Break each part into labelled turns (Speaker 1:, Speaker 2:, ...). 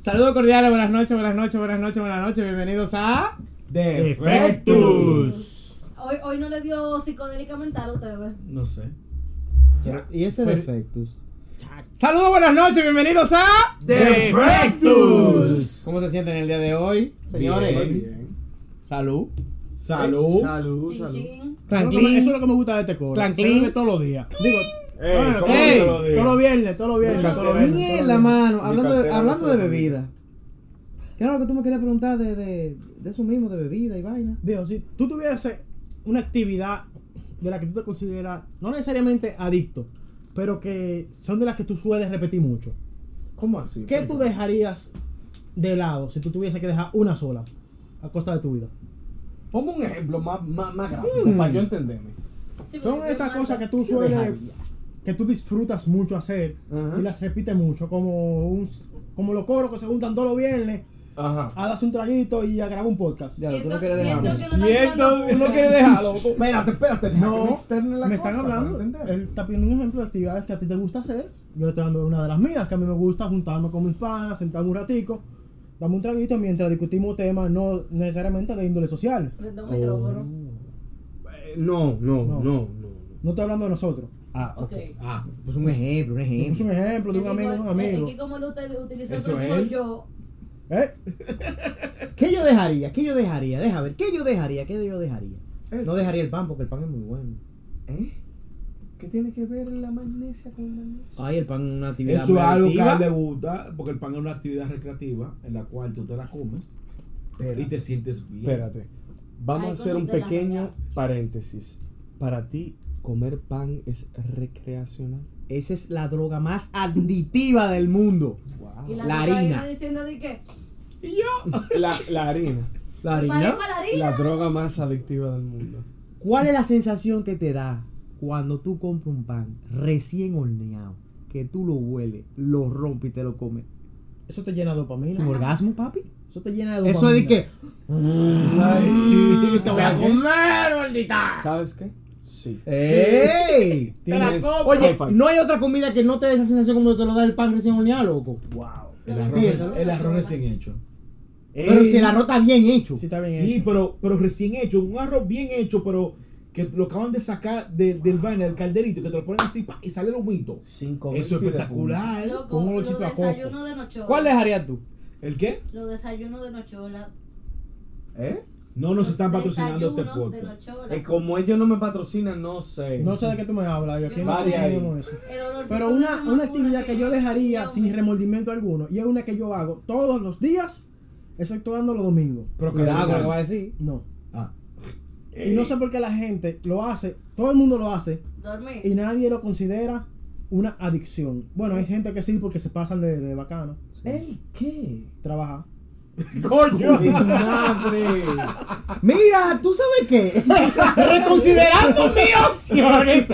Speaker 1: Saludos cordiales, buenas noches, buenas noches, buenas noches, buenas noches. Bienvenidos a.
Speaker 2: Defectus.
Speaker 3: Hoy, hoy no le dio psicodélica mental a ustedes.
Speaker 2: No sé.
Speaker 4: ¿Y ese
Speaker 1: Pero-
Speaker 4: defectus?
Speaker 1: Saludos, buenas noches, bienvenidos a.
Speaker 2: Defectus.
Speaker 1: ¿Cómo se sienten el día de hoy, señores?
Speaker 2: Bien,
Speaker 1: Salud.
Speaker 2: Salud.
Speaker 4: Salud,
Speaker 3: Chin, chin.
Speaker 1: Franklin.
Speaker 5: Eso es lo que me gusta de este coro.
Speaker 1: Plan
Speaker 5: Eso es
Speaker 1: clean.
Speaker 5: lo que todos los días. Digo,
Speaker 2: Ey,
Speaker 5: bueno,
Speaker 2: Eh, ¿cómo
Speaker 1: que
Speaker 2: todos
Speaker 5: todos-
Speaker 2: los días?
Speaker 5: todos los viernes, todos los viernes, todos los viernes. todos
Speaker 4: Mierda,
Speaker 5: los viernes.
Speaker 4: mano.
Speaker 2: Mi
Speaker 4: Hablando de,
Speaker 2: cartera no
Speaker 4: hablando
Speaker 2: se
Speaker 4: de
Speaker 2: la olvida.
Speaker 4: bebida. ¿Qué era lo que tú me querías preguntar de, de, de eso mismo, de bebida y vaina?
Speaker 5: Digo, si tú tuvieses una actividad de la que tú te consideras, no necesariamente adicto, pero que son de las que tú sueles repetir mucho,
Speaker 2: ¿Cómo así?
Speaker 5: ¿qué tú dejarías de lado si tú tuvieses que dejar una sola a costa de tu vida?
Speaker 2: Ponme un ejemplo más, más, más gráfico para yo entenderme.
Speaker 3: Sí,
Speaker 5: Son
Speaker 3: porque
Speaker 5: estas
Speaker 3: yo
Speaker 5: cosas que
Speaker 3: mando.
Speaker 5: tú sueles, que tú disfrutas mucho hacer
Speaker 2: Ajá.
Speaker 5: y las repites mucho, como un, como los coros que se juntan todos los viernes
Speaker 2: Ajá.
Speaker 5: a darse un traguito y a grabar un podcast.
Speaker 4: Ya, tú
Speaker 3: Siento,
Speaker 4: no quieres
Speaker 3: siento
Speaker 4: dejarme.
Speaker 3: que no están
Speaker 2: Siento,
Speaker 3: dando
Speaker 2: no quieres dejarlo. Espérate, espérate. deja
Speaker 5: No,
Speaker 2: que me externe la
Speaker 5: me están
Speaker 2: cosa para
Speaker 5: hablando,
Speaker 2: entender.
Speaker 5: él está pidiendo un ejemplo de actividades que a ti te gusta hacer. Yo le estoy dando una de las mías, que a mí me gusta juntarme con mis panas, sentarme un ratico, darme un traguito mientras discutimos temas no necesariamente de índole social.
Speaker 3: Prende un micrófono.
Speaker 6: Eh, No,
Speaker 5: No.
Speaker 6: no, no, no. no.
Speaker 5: No estoy hablando de nosotros.
Speaker 6: Ah,
Speaker 3: Ok.
Speaker 4: Ah, pues un ejemplo, un
Speaker 5: Es un
Speaker 4: ejemplo.
Speaker 5: ejemplo de Oh. un
Speaker 3: Yo
Speaker 5: amigo de
Speaker 3: digo,
Speaker 5: un
Speaker 3: eh,
Speaker 5: amigo.
Speaker 3: Es que como lo util- utiliza
Speaker 2: Eso
Speaker 3: otro
Speaker 2: es
Speaker 3: tipo,
Speaker 2: él.
Speaker 3: yo.
Speaker 5: ¿Eh?
Speaker 4: ¿Qué yo dejaría? ¿Qué yo dejaría? Deja ver, ¿qué yo dejaría? ¿Qué yo dejaría? No dejaría el pan porque el pan es muy bueno.
Speaker 2: ¿Eh? ¿Qué tiene que ver la magnesia con la magnesia?
Speaker 4: Ay, el pan es una actividad.
Speaker 2: Eso es algo que
Speaker 4: recreativa.
Speaker 2: a él le gusta, porque el pan es una actividad recreativa en la cual tú te la comes y te sientes bien.
Speaker 6: espérate. Vamos
Speaker 3: Ay,
Speaker 6: a hacer un
Speaker 3: cuando te la
Speaker 6: pequeño
Speaker 3: regalo.
Speaker 6: paréntesis. Para ti, comer pan es recreacional.
Speaker 4: Esa es la droga más adictiva del mundo.
Speaker 6: Wow.
Speaker 3: Y la,
Speaker 4: La
Speaker 3: tipa ahí
Speaker 4: harina.
Speaker 3: diciendo de que.
Speaker 6: La, la harina.
Speaker 4: La harina.
Speaker 3: Parezco a la
Speaker 6: La
Speaker 3: harina.
Speaker 6: droga más adictiva del mundo.
Speaker 4: ¿Cuál es la sensación que te da cuando tú compras un pan recién horneado? Que tú lo hueles, lo rompes y te lo comes.
Speaker 5: Eso te llena de
Speaker 4: ¿Es
Speaker 5: dopamina.
Speaker 4: un orgasmo, papi?
Speaker 5: Eso te llena de dopamina.
Speaker 4: Eso es de que.
Speaker 2: ¿Sabes?
Speaker 4: Te voy a comer, gordita.
Speaker 6: ¿Sabes qué? Sí.
Speaker 4: ¡Ey!
Speaker 6: Tienes-
Speaker 4: Oye,
Speaker 6: Perfecto.
Speaker 4: no hay otra comida que no te dé esa sensación cuando te lo da el pan recién horneado, loco.
Speaker 6: Wow.
Speaker 2: El arroz,
Speaker 4: Sí,
Speaker 2: es-
Speaker 3: ¿no?
Speaker 2: el arroz recién hecho.
Speaker 4: Pero si el arroz está bien hecho.
Speaker 5: Sí, está bien. eh.
Speaker 2: Sí,
Speaker 5: hecho.
Speaker 2: pero, pero recién hecho, un arroz bien hecho, pero que lo acaban de sacar de- del vaina, del calderito, que te lo ponen así pa, y sale el humito.
Speaker 6: Cinco
Speaker 2: Eso es
Speaker 6: veinte de
Speaker 2: espectacular.
Speaker 3: Loco,
Speaker 5: Con un
Speaker 3: lo
Speaker 5: olorcito a coco.
Speaker 3: desayuno de Nochola.
Speaker 4: ¿Cuál dejarías tú?
Speaker 2: ¿El qué?
Speaker 3: Lo desayuno de Nochola.
Speaker 4: ¿Eh?
Speaker 2: No nos
Speaker 3: Los
Speaker 2: están patrocinando este
Speaker 3: desayunos de
Speaker 2: podcast.
Speaker 3: Nochola.
Speaker 6: punto. Eh, como ellos no me patrocinan, no sé.
Speaker 5: No sé de qué tú me hablas. y aquí
Speaker 3: Yo
Speaker 5: no
Speaker 3: no sé.
Speaker 5: tenemos eso.
Speaker 3: El olorcito
Speaker 5: Pero
Speaker 3: de
Speaker 5: una,
Speaker 3: esa
Speaker 5: una
Speaker 3: locura
Speaker 5: actividad que yo dejaría sin remordimiento alguno, y es una que yo hago todos los días, exceptuando los domingos.
Speaker 4: Cuidado con lo que va a
Speaker 2: Procrastinar.
Speaker 4: decir.
Speaker 5: No.
Speaker 2: Ah.
Speaker 5: Y no sé por qué la gente lo hace, todo el mundo lo hace,
Speaker 3: Dormir.
Speaker 5: y nadie lo considera una adicción. Bueno, hay gente que sí, porque se pasan de, de bacano.
Speaker 2: ¿El qué?
Speaker 5: Trabajar.
Speaker 2: ¡Coño!
Speaker 6: ¡Madre!
Speaker 4: Mira, ¿tú sabes qué? Reconsiderando mis opciones.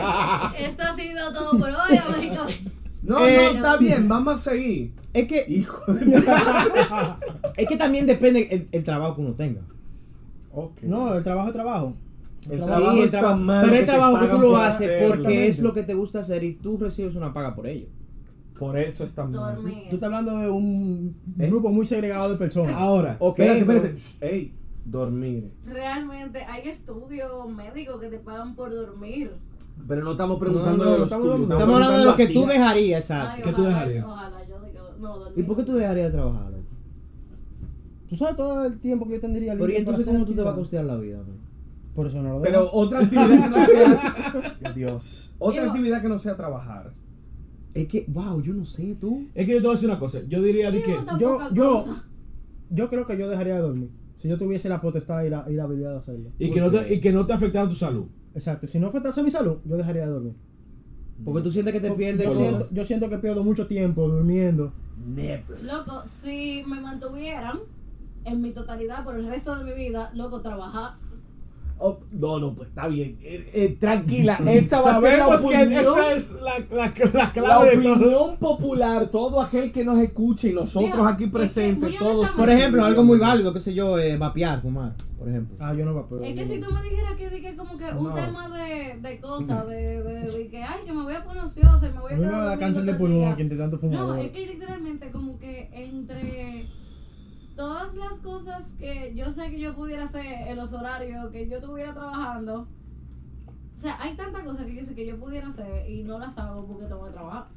Speaker 3: Esto ha sido todo por hoy, amigos.
Speaker 6: No,
Speaker 4: Eh,
Speaker 6: no, está bien, vamos a seguir.
Speaker 4: Es que.
Speaker 6: Hijo de...
Speaker 4: Es que también depende el, el trabajo que uno tenga.
Speaker 6: Ok.
Speaker 5: No, el trabajo es trabajo.
Speaker 6: El
Speaker 5: Sí,
Speaker 6: trabajo
Speaker 4: el
Speaker 6: es
Speaker 4: traba-
Speaker 6: tan malo
Speaker 4: pero
Speaker 6: que
Speaker 4: el
Speaker 6: te
Speaker 4: trabajo que tú
Speaker 6: pagan
Speaker 4: lo
Speaker 6: por
Speaker 4: haces
Speaker 6: hacerlo.
Speaker 4: porque es lo que te gusta hacer y tú recibes una paga por ello.
Speaker 6: Por eso está mal.
Speaker 3: Dormir.
Speaker 5: Tú estás hablando de un grupo muy segregado de personas.
Speaker 2: Ahora,
Speaker 4: Ok,
Speaker 6: Espérate,
Speaker 4: pero-
Speaker 6: espérate. Shh, Ey, dormir.
Speaker 3: Realmente hay estudios médicos que te pagan por dormir.
Speaker 6: Pero no estamos
Speaker 5: preguntando
Speaker 6: preguntando
Speaker 5: de
Speaker 6: de
Speaker 5: los
Speaker 6: los
Speaker 5: tuyos, estamos
Speaker 4: Estamos hablando de lo que tú
Speaker 6: dejas.
Speaker 4: dejarías, ¿sabes?
Speaker 3: Ay,
Speaker 2: ¿qué tú
Speaker 3: ojalá-
Speaker 2: dejarías?
Speaker 3: Ojalá yo digo, no, dormir.
Speaker 4: ¿Y por qué tú dejarías de trabajar? loco?
Speaker 5: Tú sabes todo el tiempo que yo tendría
Speaker 4: Pero
Speaker 5: libre
Speaker 4: ¿y entonces
Speaker 5: para
Speaker 4: cómo
Speaker 5: hacer
Speaker 4: tú te vas a costear
Speaker 5: actividades.
Speaker 4: la vida? man?
Speaker 5: Por eso no lo dejo.
Speaker 6: Pero otra actividad que no sea. Dios. Otra
Speaker 3: Digo-
Speaker 6: actividad que no sea trabajar.
Speaker 4: Es que, wow, yo no sé, tú.
Speaker 2: es que yo te voy a decir una cosa. Yo diría de
Speaker 3: Yo
Speaker 2: que.
Speaker 3: no tan
Speaker 5: yo-
Speaker 3: poca
Speaker 5: yo-
Speaker 3: cosa.
Speaker 5: Yo creo que yo dejaría de dormir. Si yo tuviese la potestad y la, y la habilidad de hacerlo.
Speaker 2: Y que, no te, y que no te afectara tu salud.
Speaker 5: Exacto. Si no afectase mi salud, yo dejaría de dormir.
Speaker 4: Porque tú sientes que te pierdes
Speaker 5: Yo
Speaker 4: cosas.
Speaker 5: siento, yo siento que pierdo mucho tiempo durmiendo.
Speaker 3: Loco, si me mantuvieran en mi totalidad por el resto de mi vida, loco, trabajar.
Speaker 6: Oh, no, no, pues está bien. Eh, eh, tranquila, esa va a ser la
Speaker 2: Sabemos que
Speaker 6: opinión.
Speaker 2: esa es la, la, la
Speaker 6: La
Speaker 2: clave de todo.
Speaker 6: opinión popular, todo aquel que nos escuche y nosotros
Speaker 3: Mira,
Speaker 6: aquí
Speaker 3: es que
Speaker 6: presentes,
Speaker 3: muy
Speaker 6: todos.
Speaker 3: honestamente-
Speaker 4: Por ejemplo, algo muy válido, qué sé yo, eh, vapear, fumar, por ejemplo.
Speaker 5: Ah, yo no vapeo.
Speaker 3: Es que
Speaker 5: yo
Speaker 3: si
Speaker 5: no.
Speaker 3: tú me dijeras que, di que como que un
Speaker 6: No.
Speaker 3: tema de, de cosas, de, de, de que, ay, que me voy a poner ociosa y me voy
Speaker 5: A
Speaker 3: a
Speaker 5: mí me
Speaker 3: quedar
Speaker 5: va a dar
Speaker 3: durmiendo
Speaker 5: cáncer de
Speaker 3: todo el día.
Speaker 5: pulmón que entre tanto fumar.
Speaker 3: No,
Speaker 5: bro.
Speaker 3: es que literalmente como que entre todas las cosas que yo sé que yo pudiera hacer en los horarios que yo estuviera trabajando, o sea, hay tantas cosas que yo sé que yo pudiera hacer y no las hago porque tengo que trabajar.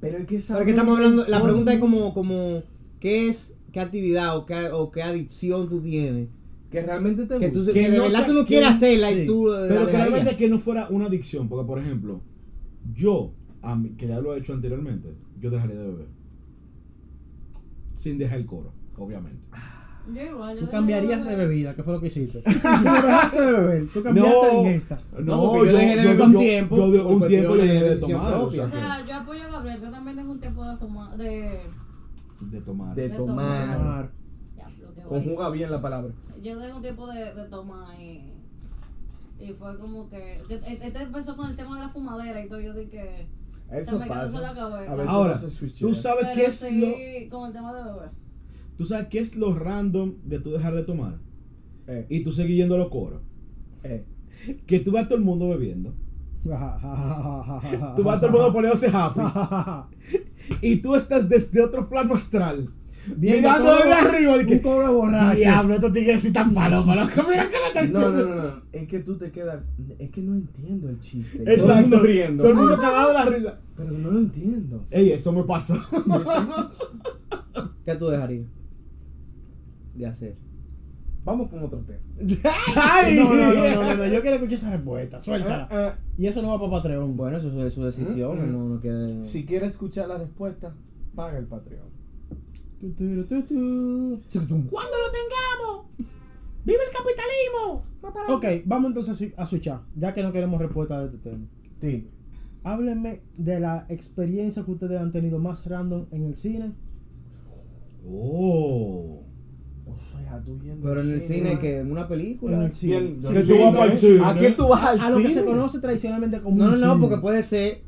Speaker 6: Pero es que
Speaker 4: Pero es que estamos hablando, la pregunta es como, como ¿qué es, qué actividad o qué, o qué adicción tú tienes?
Speaker 6: Que realmente te
Speaker 4: Que, tú,
Speaker 6: gusta.
Speaker 4: que de
Speaker 2: no
Speaker 4: verdad
Speaker 2: sea-
Speaker 4: tú no
Speaker 2: que-
Speaker 4: quieres hacerla
Speaker 2: sí.
Speaker 4: y tú la
Speaker 2: Pero que
Speaker 4: dejarías.
Speaker 2: realmente que no fuera una adicción, porque por ejemplo, yo, a mí- que ya lo he hecho anteriormente, yo dejaré de beber. Sin dejar el coro, obviamente.
Speaker 3: Yo igual. yo
Speaker 5: Tú
Speaker 3: dejo
Speaker 5: cambiarías de
Speaker 3: beber.
Speaker 5: bebida, que fue lo que hiciste. Tú no dejaste de beber, tú cambiaste de ingesta.
Speaker 1: No, porque yo dejé de beber con tiempo,
Speaker 2: yo de- un
Speaker 1: por
Speaker 2: tiempo yo
Speaker 1: cuestiones de
Speaker 2: dejé de
Speaker 1: decisión
Speaker 2: tomar. O
Speaker 1: propia.
Speaker 2: sea,
Speaker 3: O sea, yo apoyo a Gabriel, pero también dejo un tiempo de fumar. De.
Speaker 2: que- de tomar.
Speaker 6: de
Speaker 3: de
Speaker 6: tomar.
Speaker 3: tomar.
Speaker 5: Claro.
Speaker 3: Ya, lo que voy.
Speaker 6: Conjuga bien la palabra.
Speaker 3: Yo dejo un tiempo de, de tomar y. Y fue como que. que Este este empezó con el tema de la fumadera y todo. Yo dije.
Speaker 6: Eso
Speaker 3: me quedó
Speaker 6: pasa.
Speaker 3: sola la cabeza.
Speaker 6: A veces
Speaker 2: Ahora,
Speaker 6: pasa switch. ¿eh?
Speaker 2: tú sabes
Speaker 3: Pero
Speaker 2: qué es lo,
Speaker 3: sí, con el tema de beber.
Speaker 2: tú sabes qué es lo random de tú dejar de tomar
Speaker 6: Eh,
Speaker 2: y tú seguir yendo a los coros.
Speaker 6: eh.
Speaker 2: Que tú vas todo el mundo bebiendo,
Speaker 5: Tú
Speaker 2: tú vas todo el mundo poniéndose happy y tú estás desde otro plano astral. mirando desde arriba de
Speaker 5: Un
Speaker 2: que
Speaker 5: cobro borracho.
Speaker 2: diablo, estos tigres sí tan paloma, loco, mira que la están
Speaker 6: No, no, no, no. Es que tú te quedas. Es que no entiendo el chiste. Todo el
Speaker 2: Exacto,
Speaker 6: mundo riendo.
Speaker 2: Todo el mundo cagado de la risa.
Speaker 6: Pero no lo entiendo.
Speaker 2: Ey, eso me pasó.
Speaker 4: ¿Qué tú dejarías de hacer?
Speaker 6: Vamos con otro tema.
Speaker 2: Ay,
Speaker 5: No, no, no, no, no, yo quiero escuchar esa respuesta, suéltala.
Speaker 6: Ah, ah.
Speaker 5: Y eso no va para Patreon.
Speaker 4: Bueno, eso es su decisión,
Speaker 6: Mm, mm.
Speaker 4: no, no queda...
Speaker 6: Si quieres escuchar la respuesta, paga el Patreon.
Speaker 5: Tu, tu, tu, tu.
Speaker 2: Cuando lo tengamos. ¡Vive el capitalismo!
Speaker 5: Ok, vamos entonces a swi- a switchar, ya que no queremos respuesta de este tema.
Speaker 6: Dime.
Speaker 5: Háblenme de la experiencia que ustedes han tenido más random en el cine.
Speaker 2: Oh.
Speaker 6: O sea, tú yendo
Speaker 4: Pero
Speaker 6: al
Speaker 4: en el cine,
Speaker 6: man.
Speaker 4: que en una película.
Speaker 5: En el cine.
Speaker 6: Bien,
Speaker 5: Sí,
Speaker 6: ¿qué
Speaker 5: sí,
Speaker 2: tú vas
Speaker 5: ¿no?
Speaker 2: pa'l cine?
Speaker 6: ¿A qué tú vas al
Speaker 5: A lo que se
Speaker 6: cine?
Speaker 5: conoce tradicionalmente como
Speaker 4: No, no,
Speaker 5: un
Speaker 4: no,
Speaker 5: cine.
Speaker 4: porque puede ser,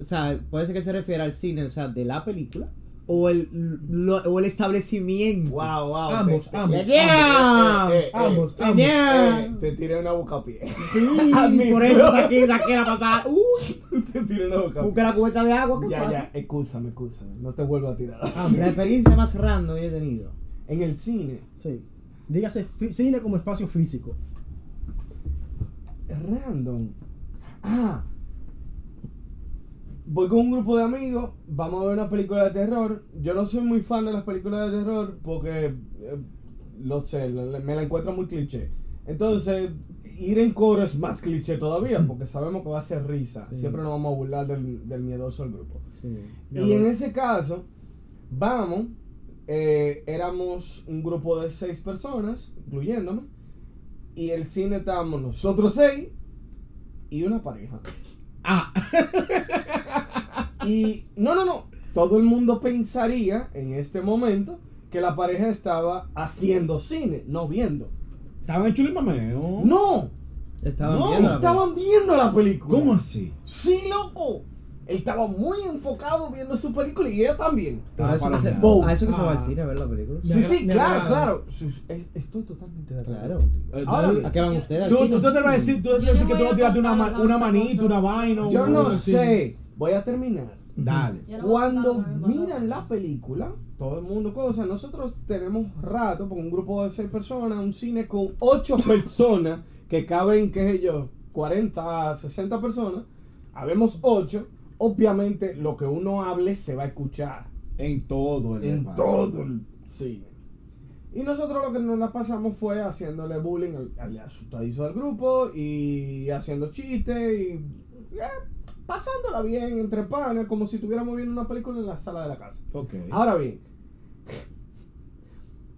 Speaker 4: o sea, puede ser que se refiera al cine, o sea, de la película o el, lo- o el establecimiento.
Speaker 6: Wow, wow.
Speaker 5: Ambos,
Speaker 6: te- te-
Speaker 5: ambos.
Speaker 4: Yeah.
Speaker 6: Eh, eh, eh,
Speaker 5: Ambos,
Speaker 6: eh,
Speaker 5: ambos.
Speaker 4: Yeah.
Speaker 6: eh, te tiré una boca a pie.
Speaker 4: Sí, por eso saqué, saqué la patada. Uy,
Speaker 6: te tiré una boca a pie.
Speaker 4: busqué la cubeta de agua. ¿qué
Speaker 6: Ya,
Speaker 4: pasa?
Speaker 6: ya, excúsame, excúsame. No te vuelvo a tirar.
Speaker 4: Ah, La experiencia más random que yo he tenido.
Speaker 6: En el cine,
Speaker 5: Sí. Dígase fi- cine como espacio físico.
Speaker 6: random. Ah. Voy con un grupo de amigos, vamos a ver una película de terror. Yo no soy muy fan de las películas de terror porque, eh, lo sé, lo- le- me la encuentro muy cliché. Entonces, ir en coro es más cliché todavía porque sabemos que va a ser risa.
Speaker 4: Sí.
Speaker 6: Siempre nos vamos a burlar del, del miedoso del grupo.
Speaker 4: Ya,
Speaker 6: Y en
Speaker 4: bueno.
Speaker 6: ese caso, vamos, eh, éramos un grupo de seis personas, incluyéndome, y el cine estábamos nosotros seis y una pareja. Ah. y no, no, no, todo el mundo pensaría en este momento que la pareja estaba haciendo cine, no viendo.
Speaker 2: Estaban chulo y mameo.
Speaker 6: No,
Speaker 4: Estaban
Speaker 2: No,
Speaker 4: viendo la
Speaker 6: estaban viendo la película.
Speaker 2: ¿Cómo así?
Speaker 6: Sí, loco. Él estaba muy enfocado viendo su película y ella también.
Speaker 4: película. A Ah, eso que se,
Speaker 2: Bow.
Speaker 4: a eso que se va
Speaker 5: Ah.
Speaker 4: al cine a ver la película.
Speaker 5: Me
Speaker 6: Sí,
Speaker 5: agra-
Speaker 6: sí,
Speaker 5: me
Speaker 6: claro,
Speaker 5: agrada.
Speaker 6: claro. Sus- es- Estoy totalmente de acuerdo.
Speaker 4: Claro.
Speaker 6: contigo.
Speaker 2: Eh,
Speaker 6: Ahora
Speaker 2: no,
Speaker 6: bien,
Speaker 4: ¿A qué van ustedes? al
Speaker 2: Tú,
Speaker 4: cine?
Speaker 2: tú te vas a decir, tú te vas a
Speaker 3: Yo
Speaker 2: decir
Speaker 3: te
Speaker 2: que tú
Speaker 3: voy
Speaker 2: no
Speaker 3: a
Speaker 2: tiraste una,
Speaker 3: contar
Speaker 2: ma- una
Speaker 3: otra
Speaker 2: manita,
Speaker 3: cosa.
Speaker 2: una vaina.
Speaker 6: yo
Speaker 2: un-
Speaker 6: no
Speaker 2: así.
Speaker 6: sé. Voy a terminar.
Speaker 2: Dale.
Speaker 3: Ya no voy a
Speaker 6: Cuando
Speaker 3: contar nada, no
Speaker 6: miran
Speaker 3: pasa
Speaker 6: la película, todo el mundo, cosa, nosotros tenemos rato con un grupo de seis personas, un cine con ocho personas que caben, qué sé yo, 40, 60 personas. Habemos ocho. Obviamente, lo que uno hable se va a escuchar.
Speaker 2: En todo el
Speaker 6: en
Speaker 2: espacio.
Speaker 6: todo el cine. Y nosotros lo que nos la pasamos fue haciéndole bullying al, al asustadizo del grupo y haciendo chistes y eh, pasándola bien entre panes, como si estuviéramos viendo una película en la sala de la casa.
Speaker 2: Ok.
Speaker 6: Ahora bien,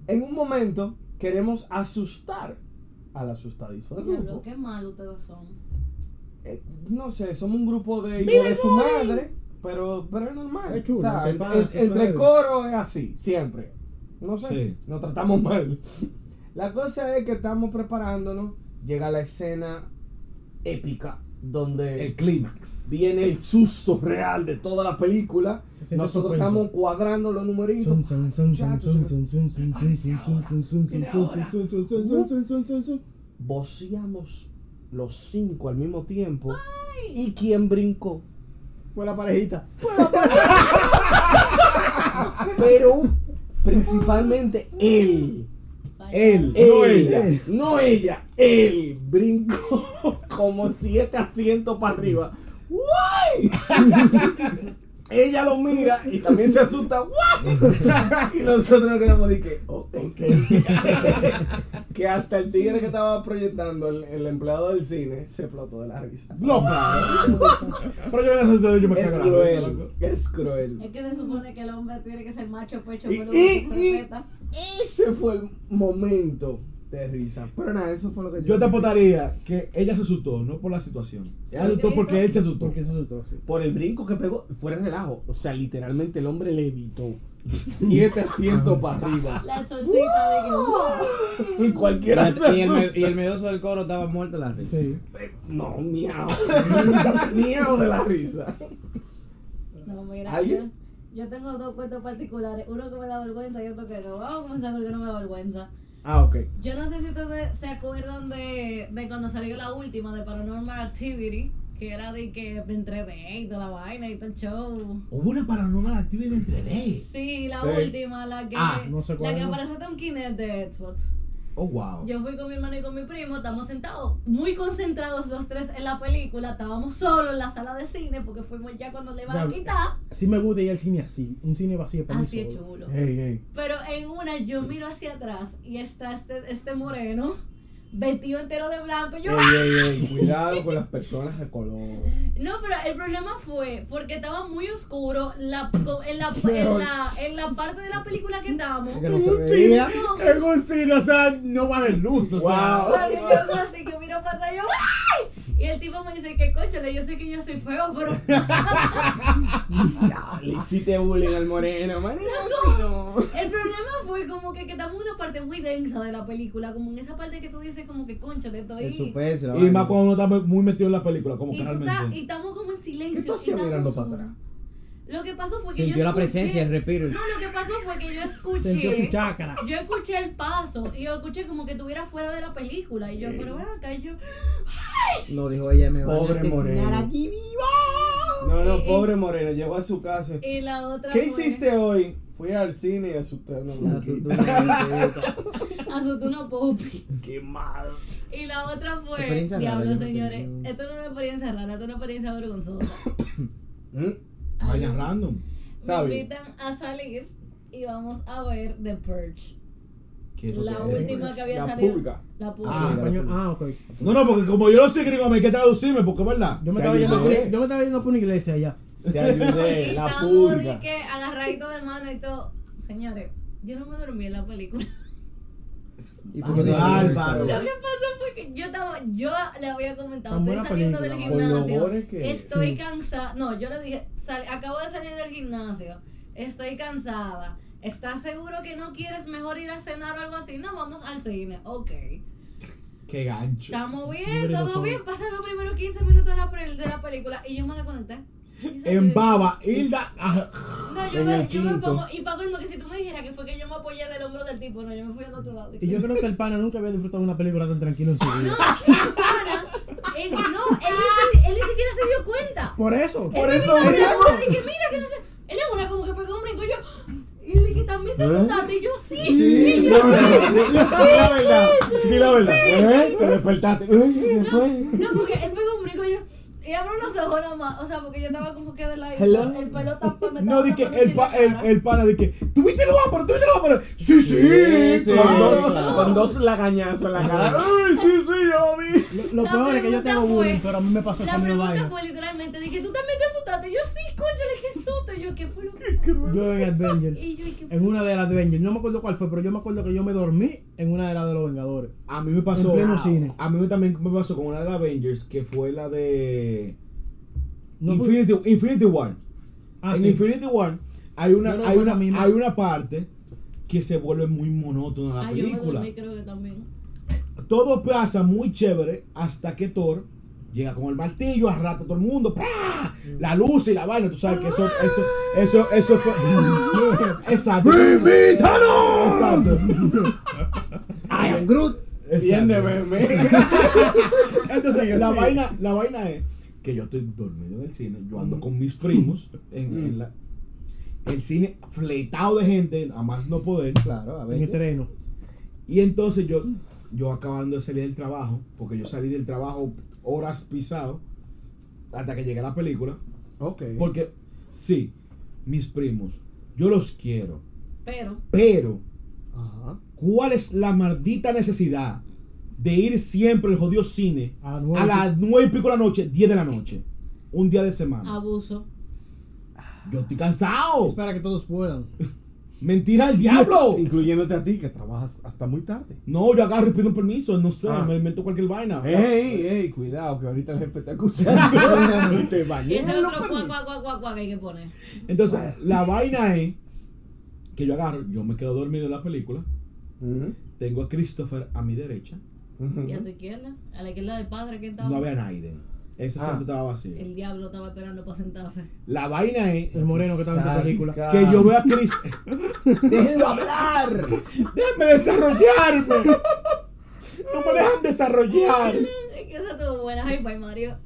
Speaker 6: en un momento queremos asustar al asustadizo del
Speaker 3: Diablo,
Speaker 6: grupo.
Speaker 3: qué mal ustedes son.
Speaker 6: Eh, no sé, somos un grupo de hijos de su madre, pero, pero es normal.
Speaker 5: Es chulo,
Speaker 6: O sea,
Speaker 5: te
Speaker 6: en-
Speaker 5: pasa,
Speaker 6: en-
Speaker 5: eso es
Speaker 6: entre
Speaker 5: algo.
Speaker 6: coro es así, siempre. No sé,
Speaker 2: Sí.
Speaker 6: nos tratamos mal. La cosa es que estamos preparándonos, llega la escena épica, donde
Speaker 5: Eh.
Speaker 2: El clímax.
Speaker 6: viene el susto real de toda la película.
Speaker 5: Se siente
Speaker 6: Nosotros
Speaker 5: suspenso.
Speaker 6: estamos cuadrando los numeritos.
Speaker 5: Zum, zum, zum, zum,
Speaker 6: Muchachos,
Speaker 5: zum, zum, zum, zum, zum, zum, zum, zum, zum,
Speaker 6: Viene
Speaker 5: zum,
Speaker 6: ahora.
Speaker 5: zum, zum, zum, zum, zum, zum, zum, zum.
Speaker 6: Voceamos los cinco al mismo tiempo. Y quien brincó
Speaker 5: Fue la parejita.
Speaker 6: Pero Principalmente él.
Speaker 2: Él,
Speaker 6: Él,
Speaker 2: no ella.
Speaker 6: No ella, él brincó como siete asientos para arriba. ¡Guay! ella lo mira y también se asusta. ¡Guay! y nosotros nos quedamos de que, "Oh, ok. que hasta el tigre que estaba proyectando, el, el empleado del cine, se explotó de la risa.
Speaker 2: No, claro. Ah. Pero yo en ese sentido yo me
Speaker 6: Es
Speaker 2: cago en la risa,
Speaker 6: cruel,
Speaker 2: loco.
Speaker 6: es cruel.
Speaker 3: Es que se supone que el hombre tiene que ser macho, pecho,
Speaker 6: Y-
Speaker 3: pero
Speaker 6: y- y-
Speaker 3: respeta.
Speaker 6: Ese fue el momento de risa. Pero nada, eso fue lo que yo.
Speaker 2: Yo te apostaría que ella se asustó, no por la situación. Ella se asustó porque él se asustó.
Speaker 5: Porque se asustó, sí.
Speaker 6: Por el brinco que pegó, fuera de relajo. O sea, literalmente el hombre le evitó. Siete asientos para arriba.
Speaker 3: La solcita de que. ¡Wow!
Speaker 6: Y cualquiera se
Speaker 4: Y el, me-
Speaker 6: asusta.
Speaker 4: y el medioso del coro estaba muerto de la risa.
Speaker 5: Sí.
Speaker 6: No, miau. miau de la risa.
Speaker 3: uh, No, mira,
Speaker 6: ¿Alguien?
Speaker 3: Yo, yo tengo dos cuentos particulares, uno que me da vergüenza y otro que no. Vamos a comenzar porque no me da vergüenza.
Speaker 6: Ah, ok.
Speaker 3: Yo no sé si ustedes se acuerdan de, de cuando salió la última de Paranormal Activity, que era de que me entrené y toda la vaina y todo el show.
Speaker 2: Hubo una paranormal actividad entre ellos.
Speaker 3: Sí, la
Speaker 6: Sí.
Speaker 3: última, la que,
Speaker 2: Ah,
Speaker 5: no sé
Speaker 3: la
Speaker 5: cuál
Speaker 3: que
Speaker 5: es.
Speaker 3: aparece hasta un Kinect de Xbox.
Speaker 2: Oh, wow.
Speaker 3: Yo fui con mi hermano y con mi primo, estamos sentados, muy concentrados los tres en la película, estábamos solos en la sala de cine porque fuimos ya cuando le van a
Speaker 5: Ya,
Speaker 3: quitar.
Speaker 5: Sí me gusta ir al cine así. Un cine vacío para mí
Speaker 3: Así es
Speaker 5: solo.
Speaker 3: chulo.
Speaker 6: Hey, hey.
Speaker 3: Pero en una yo miro hacia atrás y está este, este moreno vestido entero de blanco.
Speaker 6: Eh.
Speaker 3: Yo, ¡ah!
Speaker 6: Cuidado con las personas de color.
Speaker 3: no, pero el problema fue porque estaba muy oscuro la, co- en, la,
Speaker 6: Pero-
Speaker 3: en, la, en la parte de la película que estábamos.
Speaker 6: Que no se
Speaker 3: Sí,
Speaker 6: veía.
Speaker 3: no.
Speaker 2: En un cine, o sea, no va a haber luz. O sea,
Speaker 6: Wow.
Speaker 3: Porque yo hago así que miro para atrás yo, ¡ay! Y el tipo me dice que cóchale, yo sé que yo soy feo, pero
Speaker 6: Ya, le hiciste bullying al moreno. Manera así no.
Speaker 3: el problema fue como que, que estamos en una parte muy densa de la película, como en esa parte que tú dices como que cónchale, estoy...
Speaker 4: En su peso. la
Speaker 2: Y
Speaker 4: vaina.
Speaker 2: más cuando uno está muy metido en la película, como
Speaker 3: y,
Speaker 2: que
Speaker 3: tú estás- y
Speaker 2: realmente.
Speaker 3: estamos como en silencio.
Speaker 6: ¿Qué tú
Speaker 3: y
Speaker 6: hacías
Speaker 3: estamos
Speaker 6: mirando para
Speaker 3: solos.
Speaker 6: atrás?
Speaker 3: Lo que pasó fue que
Speaker 4: Sintió
Speaker 3: yo
Speaker 4: la
Speaker 3: escuché-
Speaker 4: presencia, el respiro.
Speaker 3: No, lo que pasó fue que yo
Speaker 5: Sentió su
Speaker 3: escuché.
Speaker 5: chácara.
Speaker 3: Yo escuché el paso y yo escuché como que estuviera fuera de la película. Y yo, pero ven acá, y yo.
Speaker 4: No, dijo ella, me van a
Speaker 6: Pobre
Speaker 4: asesinar
Speaker 6: moreno.
Speaker 4: aquí viva.
Speaker 6: No, no,
Speaker 3: Eh,
Speaker 6: pobre moreno. Llegó a su casa.
Speaker 3: Y la otra.
Speaker 6: ¿Qué
Speaker 3: fue-
Speaker 6: hiciste hoy? Fui al cine y asusté a una blanquita.
Speaker 3: Asustó una popi.
Speaker 6: Qué mal.
Speaker 3: Y la otra fue.
Speaker 4: Experiencia rara,
Speaker 3: Diablo,
Speaker 4: yo no
Speaker 3: señores.
Speaker 4: tengo-
Speaker 3: Esto no es una experiencia rara, esto es una experiencia vergonzosa.
Speaker 6: ¿Mm?
Speaker 3: Ay,
Speaker 2: Vaya random.
Speaker 3: Me
Speaker 6: Está bien.
Speaker 3: invitan a salir y vamos a ver The Purge.
Speaker 2: ¿Qué es
Speaker 3: La
Speaker 2: eso que es?
Speaker 3: última que había
Speaker 6: La
Speaker 3: salido.
Speaker 6: pulga.
Speaker 3: La
Speaker 2: Ah,
Speaker 5: Ah,
Speaker 3: pulga.
Speaker 5: coño, ah, ok.
Speaker 2: No, no, porque como yo no sé griego, me hay que traducirme, porque verdad.
Speaker 5: Yo me,
Speaker 6: Te
Speaker 5: estaba yendo por,
Speaker 6: ayudé.
Speaker 5: yo me estaba yendo por una iglesia allá.
Speaker 6: Te
Speaker 3: Y
Speaker 6: ayudé, la
Speaker 3: estábamos de
Speaker 6: pulga.
Speaker 3: que agarradito de mano y todo. Señores, yo no me dormí en la película.
Speaker 4: Y por qué no-
Speaker 2: Bárbaro.
Speaker 3: Lo que pasó fue que yo estaba, yo le había comentado,
Speaker 5: Tan
Speaker 3: estoy
Speaker 5: buena
Speaker 3: saliendo del
Speaker 5: película,
Speaker 6: mano.
Speaker 3: gimnasio,
Speaker 6: Colabore que es.
Speaker 3: estoy cansada, no, yo le dije, "Sal- acabo de salir del gimnasio, estoy cansada, ¿estás seguro que no quieres mejor ir a cenar o algo así? No, vamos al cine, ok,
Speaker 2: Qué gancho.
Speaker 3: estamos
Speaker 5: Yo
Speaker 3: bien,
Speaker 5: creo
Speaker 3: todo
Speaker 5: solo.
Speaker 3: bien, pasan los primeros 15 minutos de la, pel- de la película y yo me desconecté. Y yo
Speaker 2: En
Speaker 3: dije,
Speaker 2: baba, Hilda. ah,
Speaker 3: No, yo
Speaker 6: en
Speaker 3: me,
Speaker 6: el
Speaker 3: yo me
Speaker 6: quinto.
Speaker 3: pongo, y Paco, que si tú me dijeras que fue que yo me apoyé del hombro del tipo, no, yo me fui al otro lado.
Speaker 5: Y yo creo que el pana nunca había disfrutado de una película tan tranquila en su vida.
Speaker 3: Para, él- eh, no, él ni se- él ni siquiera se dio cuenta.
Speaker 5: Por eso.
Speaker 3: Él me
Speaker 5: eso
Speaker 3: vino con la
Speaker 5: exacto.
Speaker 3: mano y que mira que no sé. Él es una como que pegó un brinco. Yo, y él que también te asustaste. Y yo, sí.
Speaker 2: Sí,
Speaker 3: Y
Speaker 2: la
Speaker 3: yo,
Speaker 2: verdad.
Speaker 6: la verdad, di la verdad. ¿Eh? Te despertaste. Uy, ¿qué fue?
Speaker 3: no, porque él pegó un brinco. y Yo, y abro los ojos nada más. O sea, porque yo estaba como que de la.
Speaker 6: Hello.
Speaker 3: El pelo tapado. me
Speaker 2: No,
Speaker 3: estaba
Speaker 2: di que
Speaker 3: tapando
Speaker 2: el,
Speaker 3: así la
Speaker 2: pa- el,
Speaker 3: cara.
Speaker 2: el pana, di que tuviste los ámbaros, tuviste los ámbaros. Sí, sí,
Speaker 4: Sí, sí,
Speaker 6: Con dos,
Speaker 2: claro.
Speaker 3: No.
Speaker 6: con dos lagañazos en la cara.
Speaker 2: Ay, sí, sí, yo lo vi.
Speaker 5: Lo, lo
Speaker 3: La
Speaker 5: peor es que yo
Speaker 3: pregunta
Speaker 5: te hago bullying,
Speaker 3: fue-
Speaker 5: pero a mí me pasó esa
Speaker 3: La
Speaker 5: misma
Speaker 3: pregunta
Speaker 5: vaina.
Speaker 3: fue literalmente, dije, tú también te asustaste. Yo sí, cónchale, qué susto. Yo, ¿qué fue lo que
Speaker 5: Yo en Avenger.
Speaker 3: Y yo, ¿y qué fue?
Speaker 5: En una de las Avengers. No me acuerdo cuál fue, pero yo me acuerdo que yo me dormí en una de las de los Vengadores.
Speaker 2: A mí me pasó.
Speaker 5: En pleno cine.
Speaker 2: A mí me- también me pasó con una de las Avengers que fue la de.
Speaker 5: No fue-
Speaker 2: Infinity, Infinity War.
Speaker 5: Ah,
Speaker 2: en
Speaker 5: sí.
Speaker 2: Infinity War hay una,
Speaker 5: Yo no
Speaker 2: hay,
Speaker 5: pasa
Speaker 2: una,
Speaker 5: misma.
Speaker 2: hay una parte que se vuelve muy monótona la
Speaker 3: Ah, yo me
Speaker 2: película.
Speaker 3: dormí, creo que también.
Speaker 2: Todo pasa muy chévere hasta que Thor llega con el martillo, arrastra a todo el mundo, ¡pra! la luz y la vaina, tú sabes que eso, eso, eso, eso fue. Exacto. Exacto.
Speaker 4: I am Groot.
Speaker 6: Bien de
Speaker 2: Exacto.
Speaker 6: meme.
Speaker 2: Entonces, la
Speaker 6: Sí.
Speaker 2: vaina, la vaina es que yo estoy dormido en el cine, yo ando con mis primos en, en la- el cine fleitado de gente, a más no poder.
Speaker 6: Claro, a
Speaker 5: En el
Speaker 6: ver.
Speaker 5: terreno.
Speaker 2: Y entonces yo, yo acabando de salir del trabajo, porque yo salí del trabajo horas pisado, hasta que llegué a la película.
Speaker 6: Ok.
Speaker 2: Porque, sí, mis primos, yo los quiero,
Speaker 3: Pero,
Speaker 2: pero
Speaker 6: Ajá.
Speaker 2: ¿cuál es la maldita necesidad de ir siempre al jodido cine
Speaker 5: A
Speaker 2: a,
Speaker 5: las nueve y
Speaker 2: las nueve y pico de la noche, 10 de la noche? Un día de semana.
Speaker 3: abuso.
Speaker 2: Yo estoy cansado.
Speaker 5: Es para que todos puedan.
Speaker 2: Mentira al diablo.
Speaker 6: Incluyéndote a ti, que trabajas hasta muy tarde.
Speaker 2: No, yo agarro y pido un permiso, no sé,
Speaker 6: Ah.
Speaker 2: me invento cualquier vaina.
Speaker 6: Ey, ey, cuidado, que ahorita el jefe está escuchando. te
Speaker 3: Y ese
Speaker 6: bañé.
Speaker 3: otro cuac, cuac, cuac, cuac, cuac que hay que poner.
Speaker 2: Entonces, la vaina es que yo agarro, yo me quedo dormido en la película, tengo a Christopher a mi derecha,
Speaker 3: Y a tu izquierda, a la izquierda del padre que estaba.
Speaker 2: no había a Naiden. Ese
Speaker 6: Ah.
Speaker 2: santo estaba vacío.
Speaker 3: El diablo estaba esperando para sentarse.
Speaker 2: La vaina es
Speaker 5: El moreno que estaba en tu película.
Speaker 2: que yo veo a Christopher.
Speaker 6: ¡Déjenlo hablar!
Speaker 2: ¡Déjame desarrollarme! ¡No me dejan desarrollar!
Speaker 3: Es que esa tuvo buena hype, ay, pues, Mario.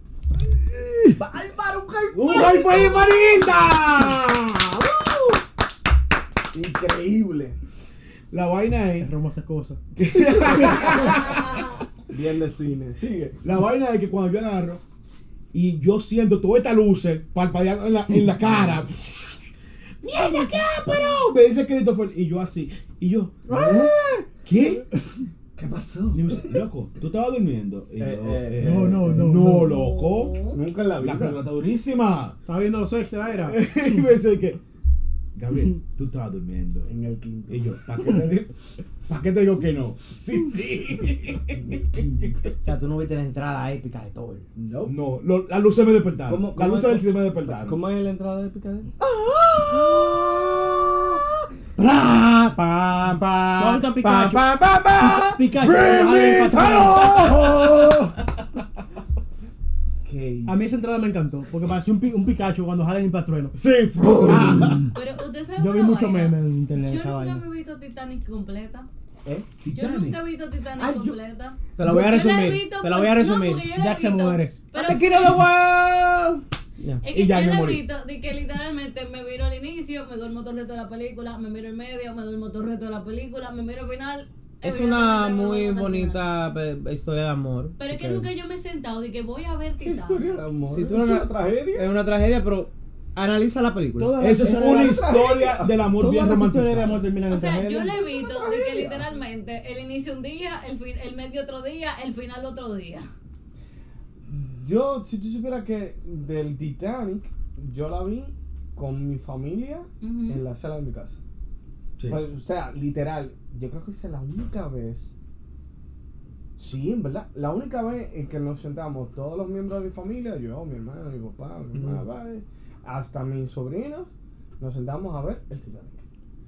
Speaker 6: ¡Álvaro,
Speaker 2: ¡Un high five, Marinda! ¡Uh!
Speaker 6: Increíble.
Speaker 2: La vaina
Speaker 5: Es
Speaker 2: es.
Speaker 5: Roma esa cosa.
Speaker 6: Bien de cine. Sigue.
Speaker 2: La vaina es que cuando yo agarro y yo siento todas estas luces palpadeando en la, en la cara. ¡Mierda, qué pero! Me dice Christopher. Y yo así. Y yo. "Ah, ¿Qué?
Speaker 6: ¿Qué pasó?
Speaker 2: Y me dice, loco, tú estabas durmiendo. Y yo,
Speaker 6: Eh, eh,
Speaker 2: "Eh,
Speaker 5: no, no, no,
Speaker 2: No,
Speaker 5: no".
Speaker 2: loco.
Speaker 6: Nunca en la
Speaker 2: La película
Speaker 6: vida.
Speaker 2: está durísima.
Speaker 5: Estaba viendo los extra, era.
Speaker 2: y me dice que. Gabriel, tú estabas durmiendo.
Speaker 6: En el quinto.
Speaker 2: Y yo, ¿para qué, te digo- pa' qué te digo que no? Sí, sí.
Speaker 4: O sea, tú no viste la entrada épica de todo.
Speaker 6: No.
Speaker 2: No, lo- las luces me despertaron.
Speaker 6: ¿Cómo-
Speaker 2: las
Speaker 6: cómo-
Speaker 2: luces del cine me despertaron.
Speaker 6: ¿Cómo es la entrada de Picadero?
Speaker 4: ¡Pra! ¡Pam, pam!
Speaker 5: Capitán Pikachu.
Speaker 4: ¡Pam, pam, pam!
Speaker 5: Pikachu.
Speaker 2: ¡Bring me
Speaker 5: Alien, Patrón.
Speaker 6: ¿Qué
Speaker 5: Oh. A mí esa entrada me encantó. Porque parecía un, pi- un Pikachu cuando jalen el patrueno.
Speaker 2: Sí,
Speaker 3: Pero usted sabe
Speaker 5: Yo vi
Speaker 3: una
Speaker 5: mucho
Speaker 3: vaina?
Speaker 5: meme en internet de
Speaker 3: Yo
Speaker 5: esa
Speaker 3: nunca
Speaker 5: vaina.
Speaker 3: me he visto Titanic completa.
Speaker 6: ¿Eh?
Speaker 3: Yo
Speaker 2: Titanic.
Speaker 3: nunca he visto Titanic
Speaker 6: Ah, yo-
Speaker 3: completa.
Speaker 4: Te la voy a
Speaker 3: Yo la he
Speaker 4: resumir.
Speaker 3: visto
Speaker 4: Te la
Speaker 3: por-
Speaker 4: voy a
Speaker 3: no,
Speaker 4: resumir. Ah,
Speaker 3: porque yo la he
Speaker 5: Jack se
Speaker 3: visto,
Speaker 5: muere.
Speaker 3: pero-
Speaker 4: ¡Te quiero de wow! Ya.
Speaker 3: Es
Speaker 2: Y
Speaker 3: que
Speaker 2: ya,
Speaker 3: yo
Speaker 2: me
Speaker 3: la he
Speaker 2: morí.
Speaker 3: visto de que literalmente me miro al inicio, me duermo todo el resto de la película, me miro en medio, me duermo todo el resto de la película, me miro al final.
Speaker 4: Es una
Speaker 3: evidentemente me
Speaker 4: muy
Speaker 3: duermo hasta el final.
Speaker 4: bonita pe- historia de amor.
Speaker 3: Pero es que
Speaker 4: Ok.
Speaker 3: nunca yo me he sentado de que voy a ver
Speaker 6: ¿Qué historia
Speaker 3: Titanic.
Speaker 6: de amor?
Speaker 4: Si tú
Speaker 6: ¿Es
Speaker 4: no-
Speaker 6: una tragedia?
Speaker 4: Es una tragedia, pero analiza la película.
Speaker 5: Todas las-
Speaker 2: Eso es
Speaker 5: esa-
Speaker 2: una historia del amor bien
Speaker 5: Todas las historias de
Speaker 2: romántica.
Speaker 5: amor terminan
Speaker 3: O
Speaker 5: en
Speaker 3: sea, yo
Speaker 5: tragedia.
Speaker 3: la he visto de que literalmente el inicio un día, el, fin, el medio otro día, el final otro día.
Speaker 6: Yo, si tú supieras que del Titanic, yo la vi con mi familia
Speaker 3: Ujú.
Speaker 6: en la sala de mi casa.
Speaker 2: Sí.
Speaker 6: Pues, O sea, literal, yo creo que esa es la única vez. Sí, en verdad. La única vez en que nos sentamos todos los miembros de mi familia, yo, mi hermano, mi papá, mi mamá,
Speaker 4: Ujú.
Speaker 6: padre, hasta mis sobrinos, nos sentamos a ver el Titanic.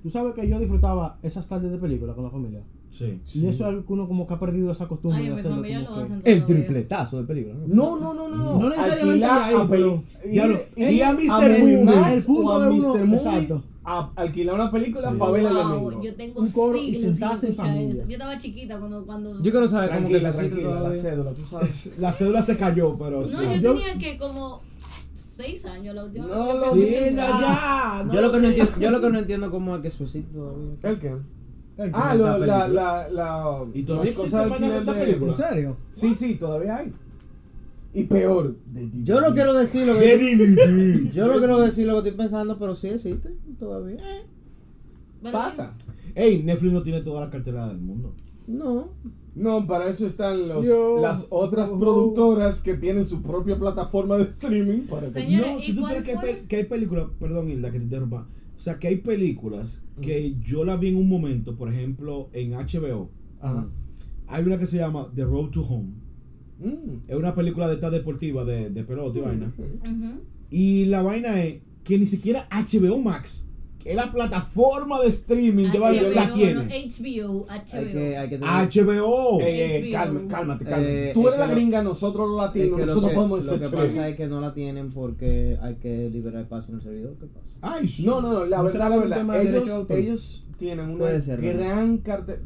Speaker 5: Tú sabes que yo disfrutaba esas tardes de película con la familia.
Speaker 2: Sí.
Speaker 5: Y eso es algo que uno como que ha perdido esa costumbre
Speaker 3: Ay,
Speaker 5: de
Speaker 3: en mi
Speaker 5: hacerlo.
Speaker 3: familia
Speaker 5: como
Speaker 3: lo
Speaker 5: que-
Speaker 3: hacen
Speaker 4: El
Speaker 3: todavía.
Speaker 4: tripletazo de película. ¿no?
Speaker 6: No, no, no, no, no.
Speaker 5: No necesariamente
Speaker 6: Alquilar
Speaker 5: ahí,
Speaker 6: a peli-
Speaker 5: pero-
Speaker 6: ir-
Speaker 5: Diablo,
Speaker 6: ir
Speaker 5: ey,
Speaker 6: a Mr.
Speaker 5: el
Speaker 6: Movie,
Speaker 5: punto
Speaker 6: el punto
Speaker 5: de
Speaker 6: de
Speaker 5: uno-
Speaker 6: Mr. Movie,
Speaker 5: exacto.
Speaker 6: a alquilar una película
Speaker 4: Sí.
Speaker 6: para verla el domingo.
Speaker 3: Wow, yo tengo
Speaker 5: Un coro y
Speaker 3: siglos
Speaker 5: sentarse en
Speaker 3: sin escuchar
Speaker 5: familia.
Speaker 3: eso. Yo estaba chiquita cuando. cuando
Speaker 4: Yo quiero saber cómo que
Speaker 6: Tranquila,
Speaker 4: se siente
Speaker 6: tranquila, la
Speaker 4: todavía.
Speaker 6: cédula, tú sabes.
Speaker 2: La cédula se cayó, pero sí.
Speaker 3: No, yo,
Speaker 5: Yo-
Speaker 3: tenía que como 6 años la última
Speaker 6: No
Speaker 3: vez.
Speaker 6: lo
Speaker 3: que-
Speaker 6: digas ya.
Speaker 4: Yo lo que no entiendo, yo lo que no entiendo cómo es que se existe todavía.
Speaker 6: ¿El qué?
Speaker 5: Ey,
Speaker 6: Ah,
Speaker 4: la
Speaker 6: lo- la,
Speaker 4: película.
Speaker 6: la, la.
Speaker 2: ¿Y todavía
Speaker 6: las cosas
Speaker 2: existe
Speaker 6: de
Speaker 2: para
Speaker 6: alquiler
Speaker 2: rentar
Speaker 6: de-
Speaker 2: películas?
Speaker 5: ¿En serio?
Speaker 6: Sí, sí, todavía hay. Y peor. de-
Speaker 4: Yo no quiero decir lo
Speaker 2: De
Speaker 4: que
Speaker 2: DVD.
Speaker 4: yo no quiero decir lo que estoy pensando, pero sí existe todavía.
Speaker 3: Pero
Speaker 6: Pasa.
Speaker 2: Ey, Netflix no tiene toda la cartera del mundo.
Speaker 4: No.
Speaker 6: No, para eso están los,
Speaker 5: Yo-
Speaker 6: las otras productoras que tienen su propia plataforma de streaming. Para que-
Speaker 3: Señores,
Speaker 2: no,
Speaker 3: ¿y
Speaker 2: si tú
Speaker 3: cuál
Speaker 2: crees que, hay
Speaker 3: fue?
Speaker 2: pel- que hay películas, perdón, Hilda, que te interrumpa. O sea, que hay películas que yo la vi en un momento, por ejemplo, en HBO.
Speaker 4: Ah.
Speaker 6: Ajá.
Speaker 2: Hay una que se llama The Road to Home.
Speaker 6: Mm.
Speaker 2: Es una película de esta deportiva, de, de pelota y vaina.
Speaker 3: Ujú.
Speaker 2: Y la vaina es que ni siquiera HBO Max, que es la plataforma de streaming de varios, la
Speaker 3: HBO, no, eh.
Speaker 2: tiene.
Speaker 3: HBO, HBO.
Speaker 4: Hay que hay que tener-
Speaker 2: HBO.
Speaker 6: Ey, ey,
Speaker 3: HBO.
Speaker 6: Eh, calma, cálmate, cálmate.
Speaker 4: Eh,
Speaker 6: Tú eres
Speaker 4: es
Speaker 6: la
Speaker 4: que lo-
Speaker 6: gringa, nosotros los
Speaker 4: es que
Speaker 6: latinos,
Speaker 4: lo
Speaker 6: nosotros
Speaker 4: que-
Speaker 6: podemos
Speaker 4: lo
Speaker 6: ser
Speaker 4: que
Speaker 6: chéveres.
Speaker 4: pasa es que no la tienen porque hay que liberar espacio en el servidor, ¿qué pasa?
Speaker 2: Ay, sí.
Speaker 6: No, no, no, la
Speaker 5: ¿No
Speaker 6: verdad,
Speaker 5: será
Speaker 6: la
Speaker 5: por un tema
Speaker 6: verdad.
Speaker 5: de derecho de
Speaker 6: Ellos,
Speaker 5: autor?
Speaker 6: ellos tienen una
Speaker 4: Puede ser, ¿no?
Speaker 6: gran cartera.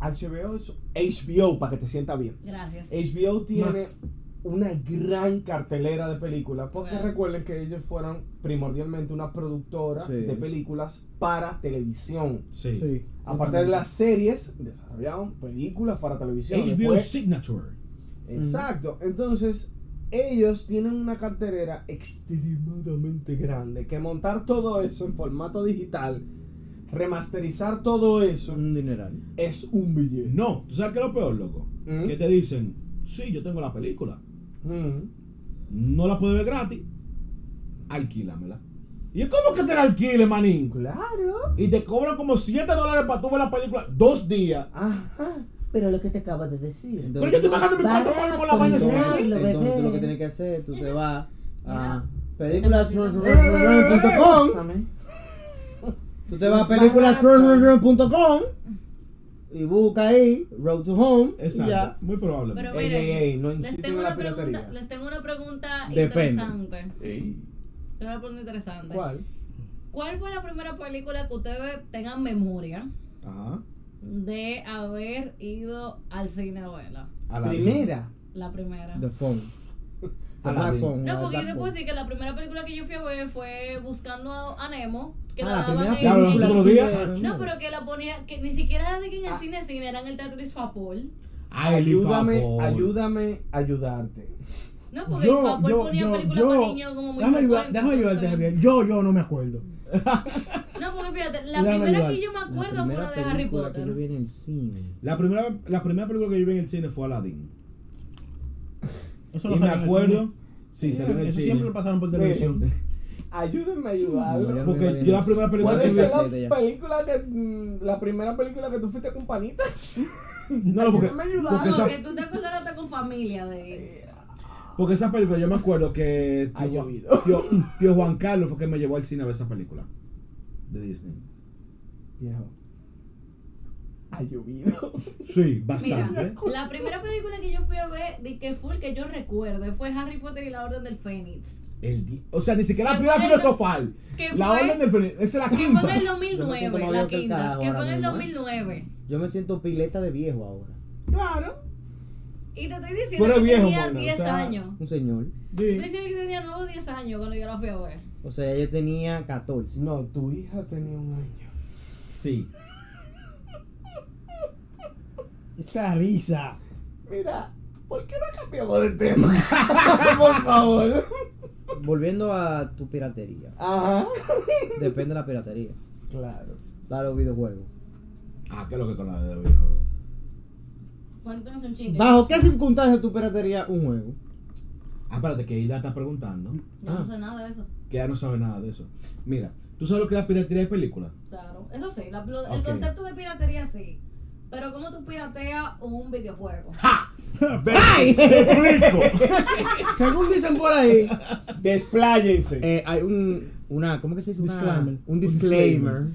Speaker 6: HBO es HBO, para que te sienta bien.
Speaker 3: Gracias.
Speaker 6: HBO tiene
Speaker 5: Max.
Speaker 6: una gran cartelera de películas, porque
Speaker 3: Claro.
Speaker 6: recuerden que ellos fueron primordialmente una productora
Speaker 2: Sí.
Speaker 6: de películas para televisión.
Speaker 2: Sí.
Speaker 5: Sí.
Speaker 3: Ah,
Speaker 6: Aparte de las series, desarrollaron películas para televisión.
Speaker 2: HBO
Speaker 6: Después- Mm.
Speaker 2: Signature.
Speaker 6: Exacto. Entonces, ellos tienen una carterera extremadamente grande. Que montar todo eso en formato digital, remasterizar todo eso,
Speaker 7: Un dineral.
Speaker 6: es un billete.
Speaker 2: No, ¿tú sabes qué es lo peor, loco?
Speaker 6: Mm.
Speaker 2: Que te dicen, sí, yo tengo la película.
Speaker 6: Mm.
Speaker 2: No la puedes ver gratis. Alquílamela. ¿Y yo, cómo que te la alquile, manín?
Speaker 6: Claro.
Speaker 2: Y te cobran como 7 dólares para tú ver la película dos días.
Speaker 6: Ajá.
Speaker 8: Pero lo que te acabo de decir.
Speaker 2: Pero yo estoy pagando mi cuarto por- por la vaina
Speaker 7: Entonces,
Speaker 2: esa.
Speaker 8: Claro,
Speaker 7: entonces tú
Speaker 8: bebé.
Speaker 7: lo que tienes que hacer, tú te vas a
Speaker 3: Mira.
Speaker 7: películas.com, tú te vas a películas.com y busca ahí Road to Home y
Speaker 2: Exacto.
Speaker 7: ya.
Speaker 2: Muy probable.
Speaker 3: Pero
Speaker 6: Ey,
Speaker 3: miren,
Speaker 6: ey, ey, no
Speaker 3: les
Speaker 6: inciten
Speaker 3: tengo
Speaker 6: a la
Speaker 3: una
Speaker 6: piratería.
Speaker 3: pregunta, les tengo una pregunta
Speaker 7: Depende.
Speaker 3: interesante. Tengo una pregunta interesante.
Speaker 6: ¿Cuál?
Speaker 3: ¿Cuál fue la primera película que ustedes tengan memoria
Speaker 2: Ajá.
Speaker 3: de haber ido al cine a verla?
Speaker 2: A la
Speaker 6: Primera.
Speaker 3: La primera.
Speaker 7: The phone. The
Speaker 2: A la
Speaker 7: black
Speaker 2: vez.
Speaker 7: phone.
Speaker 3: No,
Speaker 7: la
Speaker 3: porque
Speaker 7: black
Speaker 3: yo te
Speaker 7: phone.
Speaker 3: puedo decir que la primera película que yo fui a ver fue Buscando a, a Nemo, que
Speaker 5: Ah,
Speaker 3: la
Speaker 5: la
Speaker 3: daban
Speaker 5: primera
Speaker 3: en-
Speaker 2: Ya, pero
Speaker 3: en-
Speaker 2: los otros días.
Speaker 3: No, pero que la ponía, que ni siquiera era de que en el cine cine, era en el Teatro Isfapol.
Speaker 2: Ay,
Speaker 6: Ayúdame,
Speaker 2: por favor.
Speaker 6: ayúdame a ayudarte.
Speaker 3: No, porque
Speaker 5: Yo,
Speaker 3: Isfapol
Speaker 5: yo,
Speaker 3: ponía
Speaker 5: yo,
Speaker 3: películas para
Speaker 5: yo.
Speaker 3: niños como muy
Speaker 5: Déjame ayudar-
Speaker 3: frecuentes,
Speaker 5: déjame ayudarte,
Speaker 3: entonces-
Speaker 5: Javier. Yo, yo no me acuerdo.
Speaker 3: No, porque fíjate, la
Speaker 5: Déjame
Speaker 3: primera
Speaker 5: ayudar.
Speaker 3: que yo me
Speaker 7: La
Speaker 3: acuerdo fue
Speaker 7: primera
Speaker 3: una de Harry
Speaker 7: película que yo vi
Speaker 3: Potter.
Speaker 7: en el cine.
Speaker 2: La primera, la primera película que yo vi en el cine fue Aladdin.
Speaker 5: Eso
Speaker 2: Y
Speaker 5: lo
Speaker 2: me
Speaker 5: salió en el
Speaker 2: acuerdo.
Speaker 5: cine.
Speaker 2: Sí, salió en el
Speaker 5: Eso
Speaker 2: cine.
Speaker 5: siempre lo pasaron por televisión.
Speaker 6: Ayúdenme a ayudarlo.
Speaker 7: No,
Speaker 2: Porque yo la primera película
Speaker 7: ¿Cuál
Speaker 6: ¿Puede
Speaker 2: que
Speaker 7: es
Speaker 2: vi.
Speaker 6: ser
Speaker 7: el-
Speaker 6: la
Speaker 7: siete ya.
Speaker 6: película que mm, la primera película que tú fuiste con panitas?
Speaker 2: No, no, porque,
Speaker 6: Ayúdame a ayudar.
Speaker 2: porque,
Speaker 3: No,
Speaker 2: esa,
Speaker 3: que tú te acuerdas hasta con familia de
Speaker 2: porque esa película, yo me acuerdo que
Speaker 6: Ha
Speaker 2: tío,
Speaker 6: llovido.
Speaker 2: tío- tío Juan Carlos fue que me llevó al cine a ver esa película de Disney.
Speaker 6: Viejo. Ha llovido.
Speaker 2: Sí,
Speaker 3: Mira,
Speaker 2: bastante.
Speaker 3: la primera película que yo fui a ver, de que fue el que yo recuerde, fue Harry Potter y la Orden del Fénix.
Speaker 2: El di- o sea, ni siquiera la
Speaker 3: ¿Qué
Speaker 2: primera
Speaker 3: fue el-
Speaker 2: filosofal.
Speaker 3: qué
Speaker 2: La
Speaker 3: fue?
Speaker 2: orden del Fénix. Esa es la
Speaker 3: Que fue en
Speaker 2: quinta.
Speaker 3: el
Speaker 7: Yo me siento
Speaker 3: 2009,
Speaker 7: más
Speaker 3: la
Speaker 7: viejo que el
Speaker 3: quinta.
Speaker 7: carajo
Speaker 3: Que
Speaker 7: ahora
Speaker 3: fue en el
Speaker 7: mismo, ¿eh?
Speaker 3: 2009.
Speaker 7: Yo me siento pileta de viejo ahora.
Speaker 6: Claro.
Speaker 3: Y te estoy
Speaker 2: Tú
Speaker 3: diciendo
Speaker 2: eres
Speaker 3: que
Speaker 2: viejo,
Speaker 3: tenía
Speaker 2: mano, o
Speaker 3: 10
Speaker 2: sea-
Speaker 3: años.
Speaker 7: Un señor.
Speaker 3: Te
Speaker 2: Sí.
Speaker 3: estoy diciendo que tenía nuevos 10 años cuando yo la fui a ver.
Speaker 7: O sea, yo tenía 14.
Speaker 6: No, tu hija tenía un año.
Speaker 2: Sí.
Speaker 5: Esa risa.
Speaker 6: Mira, ¿por qué no cambiamos de tema? Por favor.
Speaker 7: Volviendo a tu piratería.
Speaker 6: Ajá.
Speaker 7: Depende de la piratería.
Speaker 6: Claro.
Speaker 7: La de los videojuegos.
Speaker 2: Ah, qué es lo que con la de viejo.
Speaker 3: Cuéntanos un chingue.
Speaker 7: ¿Bajo qué circunstancias tú piraterías un juego?
Speaker 2: Ah, espérate, que Hilda está preguntando. Ah,
Speaker 3: Yo
Speaker 7: Ah.
Speaker 3: no sé nada de eso.
Speaker 2: Que ya no sabe nada de eso. Mira, ¿tú sabes lo que es la piratería de películas?
Speaker 3: Claro. Eso sí, la- lo- el
Speaker 2: Ok.
Speaker 3: concepto de piratería sí. Pero ¿cómo tú pirateas un videojuego?
Speaker 5: Según dicen por ahí,
Speaker 6: Despláyense.
Speaker 7: Eh, hay un. Una, ¿Cómo que se dice? Una-
Speaker 5: Disclaimer.
Speaker 7: un disclaimer.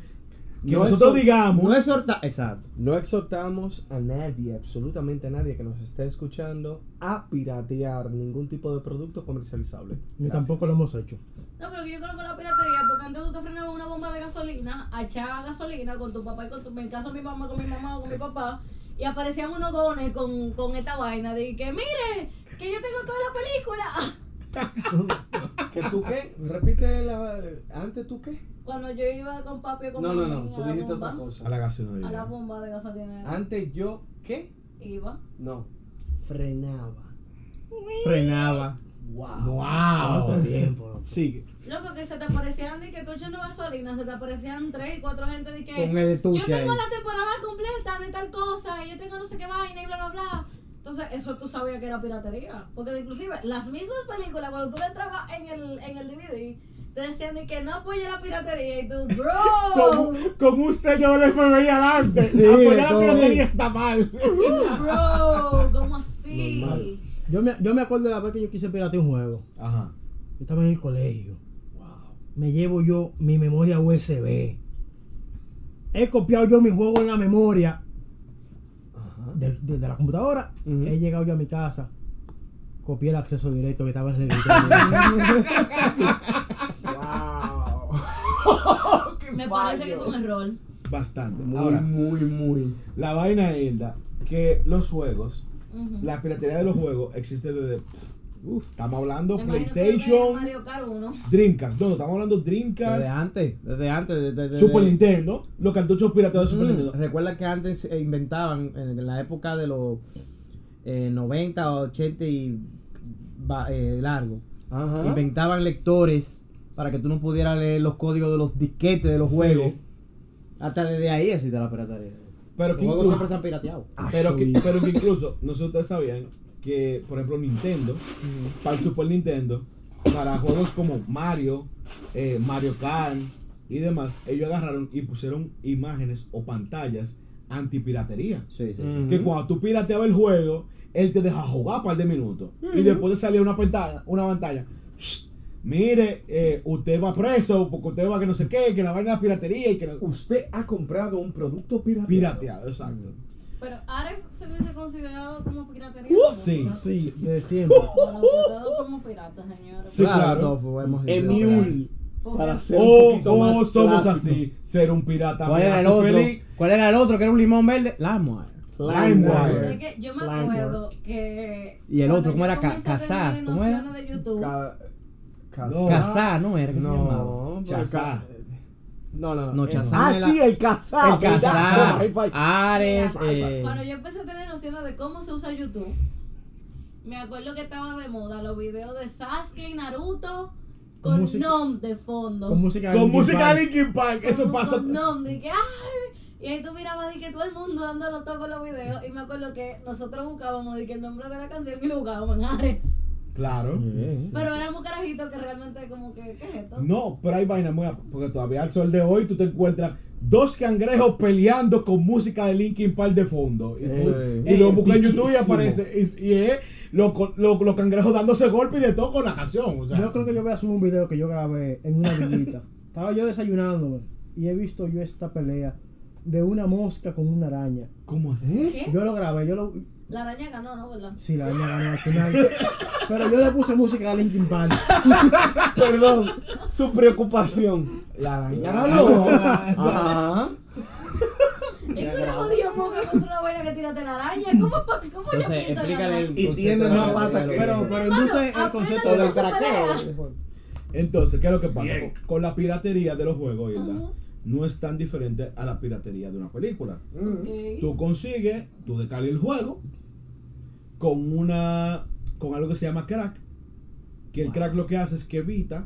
Speaker 2: Que
Speaker 6: No,
Speaker 2: nosotros
Speaker 6: eso-
Speaker 2: digamos.
Speaker 7: No es horta. Exacto.
Speaker 6: No exhortamos a nadie, absolutamente a nadie que nos esté escuchando a piratear ningún tipo de producto comercializable.
Speaker 5: ni tampoco lo hemos hecho.
Speaker 3: No, pero que yo creo que la piratería, porque antes tú te frenabas una bomba de gasolina, a echar gasolina con tu papá y con tu, en el caso de mi mamá, con mi mamá o con mi papá, y aparecían unos dones con, con esta vaina de que, mire, que yo tengo toda la película. Ah,
Speaker 6: ¿Que tú qué? Repite la. ¿Antes tú qué?
Speaker 3: Cuando yo iba con papi o con
Speaker 6: No, no, no.
Speaker 3: mami
Speaker 6: Tú
Speaker 3: a, la
Speaker 6: dijiste otra
Speaker 3: bomba,
Speaker 2: A
Speaker 6: cosa. Ah.
Speaker 2: la gasolina.
Speaker 3: a la bomba de gasolina,
Speaker 6: Antes yo qué?
Speaker 3: iba.
Speaker 6: No. Frenaba.
Speaker 7: Frenaba.
Speaker 6: Wow.
Speaker 5: Tanto tiempo. loco.
Speaker 6: Sigue.
Speaker 3: Loco, que se te aparecían de que tú echando gasolina, se te aparecían tres y cuatro gente de que
Speaker 7: Con el estuche
Speaker 3: Eh, yo tengo
Speaker 7: ahí.
Speaker 3: la temporada completa de tal cosa, y yo tengo no sé qué vaina y bla bla bla. Entonces, eso tú sabías que era piratería. Porque inclusive las mismas películas, cuando tú le entrabas en el, en el DVD, te decían de que no apoya la piratería y tú, bro,
Speaker 2: Con un sello del FBI adelante.
Speaker 5: Ah,
Speaker 7: Sí,
Speaker 2: Apoyar la
Speaker 7: todo.
Speaker 2: piratería está mal.
Speaker 3: bro, ¿cómo así?
Speaker 5: Yo me, yo me acuerdo de la vez que yo quise piratear un juego.
Speaker 2: Ajá.
Speaker 5: Yo estaba en el colegio. Me llevo yo mi memoria USB. He copiado yo mi juego en la memoria del- de, de la computadora.
Speaker 6: Ujú.
Speaker 5: He llegado yo a mi casa. Copié el acceso directo que estaba en el
Speaker 6: Wow. Qué
Speaker 3: Me
Speaker 6: fallo.
Speaker 3: parece que es un error.
Speaker 2: Bastante.
Speaker 6: Muy,
Speaker 2: Ahora,
Speaker 6: muy, muy.
Speaker 2: la vaina es Hilda, que los juegos
Speaker 3: Ujú.
Speaker 2: la piratería de los juegos existe desde. pff, uf, estamos hablando
Speaker 3: Me imagino que yo veía
Speaker 2: PlayStation,
Speaker 3: Mario Kart 1.
Speaker 2: Dreamcast. No, no, estamos hablando Dreamcast,
Speaker 4: Desde antes, desde antes. de- de- de-
Speaker 2: Super
Speaker 4: de-
Speaker 2: Nintendo, los cartuchos pirateados de Super
Speaker 4: Mm,
Speaker 2: Nintendo.
Speaker 4: Recuerda que antes eh, inventaban, en en la época de los eh, 90, 80 y ba- eh, largo,
Speaker 6: Ajá.
Speaker 4: inventaban lectores para que tú no pudieras leer los códigos de los disquetes de los
Speaker 2: Sí.
Speaker 4: juegos. Hasta desde ahí existe la piratería.
Speaker 2: Pero
Speaker 4: Los
Speaker 2: que
Speaker 4: juegos siempre
Speaker 2: incluso-
Speaker 4: se han pirateado.
Speaker 2: pero, que, pero que incluso, no sé si ustedes sabían que, por ejemplo, Nintendo, para el Super Nintendo, para juegos como Mario, eh, Mario Kart y demás, ellos agarraron y pusieron imágenes o pantallas antipiratería.
Speaker 4: Sí, sí, sí.
Speaker 6: Mm.
Speaker 2: Que
Speaker 6: Ujú.
Speaker 2: cuando tú pirateabas el juego, él te deja jugar un par de minutos. Y después te salía una pantalla, una pantalla. "Shh, Mire, eh, usted va preso porque usted va que no sé qué, que la vaina es piratería y que no...
Speaker 6: Usted ha comprado un producto pirateado.
Speaker 2: Pirateado, exacto.
Speaker 3: Pero Ares se hubiese considerado como piratería.
Speaker 2: Uh,
Speaker 3: ¿no?
Speaker 2: sí,
Speaker 3: Nosotros-
Speaker 5: Sí, de siempre.
Speaker 3: nosotros Todos somos piratas, señores.
Speaker 2: Sí, claro.
Speaker 4: Tofu, hemos sido piratas.
Speaker 6: Emule.
Speaker 3: Porque-
Speaker 6: Para ser un
Speaker 2: Oh,
Speaker 6: poquito
Speaker 2: oh,
Speaker 6: más
Speaker 2: somos
Speaker 6: clásico.
Speaker 2: así. Ser un pirata
Speaker 4: ¿Cuál
Speaker 2: me
Speaker 4: era el
Speaker 2: hace
Speaker 4: otro?
Speaker 2: feliz.
Speaker 4: ¿Cuál era el otro? Que era un limón verde. Limewire.
Speaker 2: LimeWire.
Speaker 3: Es que yo me acuerdo que.
Speaker 4: Y el otro, ¿cómo
Speaker 3: cuando yo
Speaker 4: era? Ca-
Speaker 3: comencé a tener
Speaker 4: Casas, ¿cómo era?
Speaker 3: nociones de YouTube,
Speaker 6: Ca-
Speaker 2: No.
Speaker 4: Cazá, ¿no era? ¿Qué se llamaba?
Speaker 6: No, pero
Speaker 2: Chazá.
Speaker 6: ca- No, no,
Speaker 4: No,
Speaker 6: eh,
Speaker 4: Chazá
Speaker 6: Ah,
Speaker 4: era-
Speaker 6: sí, el Chazá.
Speaker 2: Ah,
Speaker 4: El Cazá,
Speaker 6: ¿verdad?
Speaker 4: Ares,
Speaker 3: Mira,
Speaker 4: eh,
Speaker 3: Cuando yo empecé a tener nociones de cómo se usa YouTube, me acuerdo que estaba de moda los videos de Sasuke y Naruto con
Speaker 5: Música.
Speaker 3: nom de fondo.
Speaker 5: Con música de
Speaker 2: Con
Speaker 5: Linkin
Speaker 2: música
Speaker 5: Park.
Speaker 2: de Linkin Park, eso pasa.
Speaker 3: Con nom, de que, ay, y ahí tú mirabas de que todo el mundo dándolo todo con los videos. Y me acuerdo que nosotros buscábamos de que el nombre de la canción y lo buscábamos en Ares.
Speaker 2: Claro.
Speaker 3: Pero éramos carajitos que realmente, como que, ¿qué es esto?
Speaker 2: No, pero hay vainas muy. ap- Porque todavía al sol de hoy tú te encuentras dos cangrejos peleando con música de Linkin Park de fondo. Y, tú-
Speaker 4: Eh.
Speaker 2: y lo buscas en YouTube y
Speaker 6: Piquísimo.
Speaker 2: aparece. Y, y es los co- los- los cangrejos dándose golpes y de todo con la canción. O sea,
Speaker 5: Yo creo que yo voy a subir un video que yo grabé en una villita. Estaba yo desayunándome y he visto yo esta pelea de una mosca con una araña.
Speaker 2: ¿Cómo así?
Speaker 3: ¿Qué?
Speaker 5: Yo lo grabé, yo lo.
Speaker 3: La araña ganó, ¿no? ¿Verdad?
Speaker 5: Sí, la araña ganó al final. Pero yo le puse música de Linkin Park.
Speaker 6: Perdón, su preocupación. La
Speaker 2: Ah,
Speaker 6: araña
Speaker 2: no.
Speaker 6: no. Ajá.
Speaker 3: Es que una jodida mosca contra una vaina que tírate la araña. ¿Cómo, pa- cómo yo
Speaker 4: Entonces,
Speaker 3: quito la
Speaker 4: explícale
Speaker 3: araña?
Speaker 4: el
Speaker 6: Y
Speaker 4: concepto
Speaker 6: tiene
Speaker 4: de
Speaker 6: más
Speaker 4: la- pues,
Speaker 6: patas
Speaker 4: de la-
Speaker 6: que-
Speaker 5: Pero, pero entonces el concepto
Speaker 3: Hermano,
Speaker 5: de.
Speaker 3: aprende a hacer
Speaker 2: Entonces, ¿qué es lo que pasa? Con, con la piratería de los juegos, ¿verdad? No es tan diferente a la piratería de una película.
Speaker 6: Mm,
Speaker 3: pelea. Ok.
Speaker 2: Mm. Tú consigues, tú descargas el juego con una con algo que se llama crack, que el crack lo que hace es que evita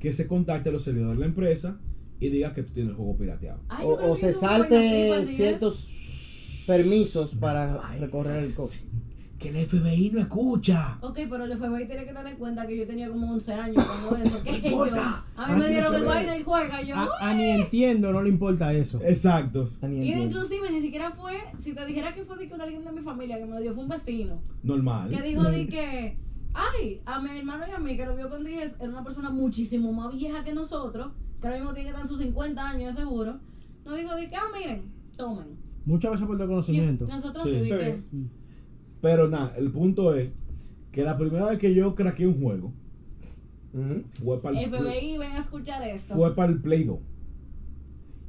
Speaker 2: que se contacte a los servidores de la empresa y diga que tú tienes el juego pirateado.
Speaker 3: Ay,
Speaker 7: O,
Speaker 3: yo pues, creo
Speaker 7: o
Speaker 3: que
Speaker 7: se
Speaker 3: yo conocí
Speaker 7: salte
Speaker 3: cuando
Speaker 7: ciertos permisos para recorrer el coche.
Speaker 2: Que el FBI no escucha.
Speaker 3: yo- Ok, pero el FBI tiene que tener en cuenta que yo tenía como 11 años cuando eso. ¿Qué es yo? A mí me dieron el baile y juega y yo.
Speaker 5: A, a ni entiendo, no le importa eso.
Speaker 2: Eh. Exacto.
Speaker 3: Y inclusive ni siquiera fue, si te dijera que fue de que alguien de mi familia que me lo dio, fue un vecino. Que
Speaker 2: Normal.
Speaker 3: dijo de que, ay, a mi hermano y a mí que lo vio con 10, era una persona muchísimo más vieja que nosotros, que ahora mismo tiene que estar en sus 50 años seguro. Nos dijo de que, ah, miren, tomen.
Speaker 5: Muchas veces por
Speaker 3: Y
Speaker 5: desconocimiento.
Speaker 3: nosotros
Speaker 2: Sí,
Speaker 3: sí, de
Speaker 6: sí.
Speaker 3: que,
Speaker 2: Pero nada, el punto es que la primera vez que yo craqueé un juego
Speaker 6: Ujú.
Speaker 2: fue para el
Speaker 3: FBI, ven a escuchar esto.
Speaker 2: fue para el Play 2.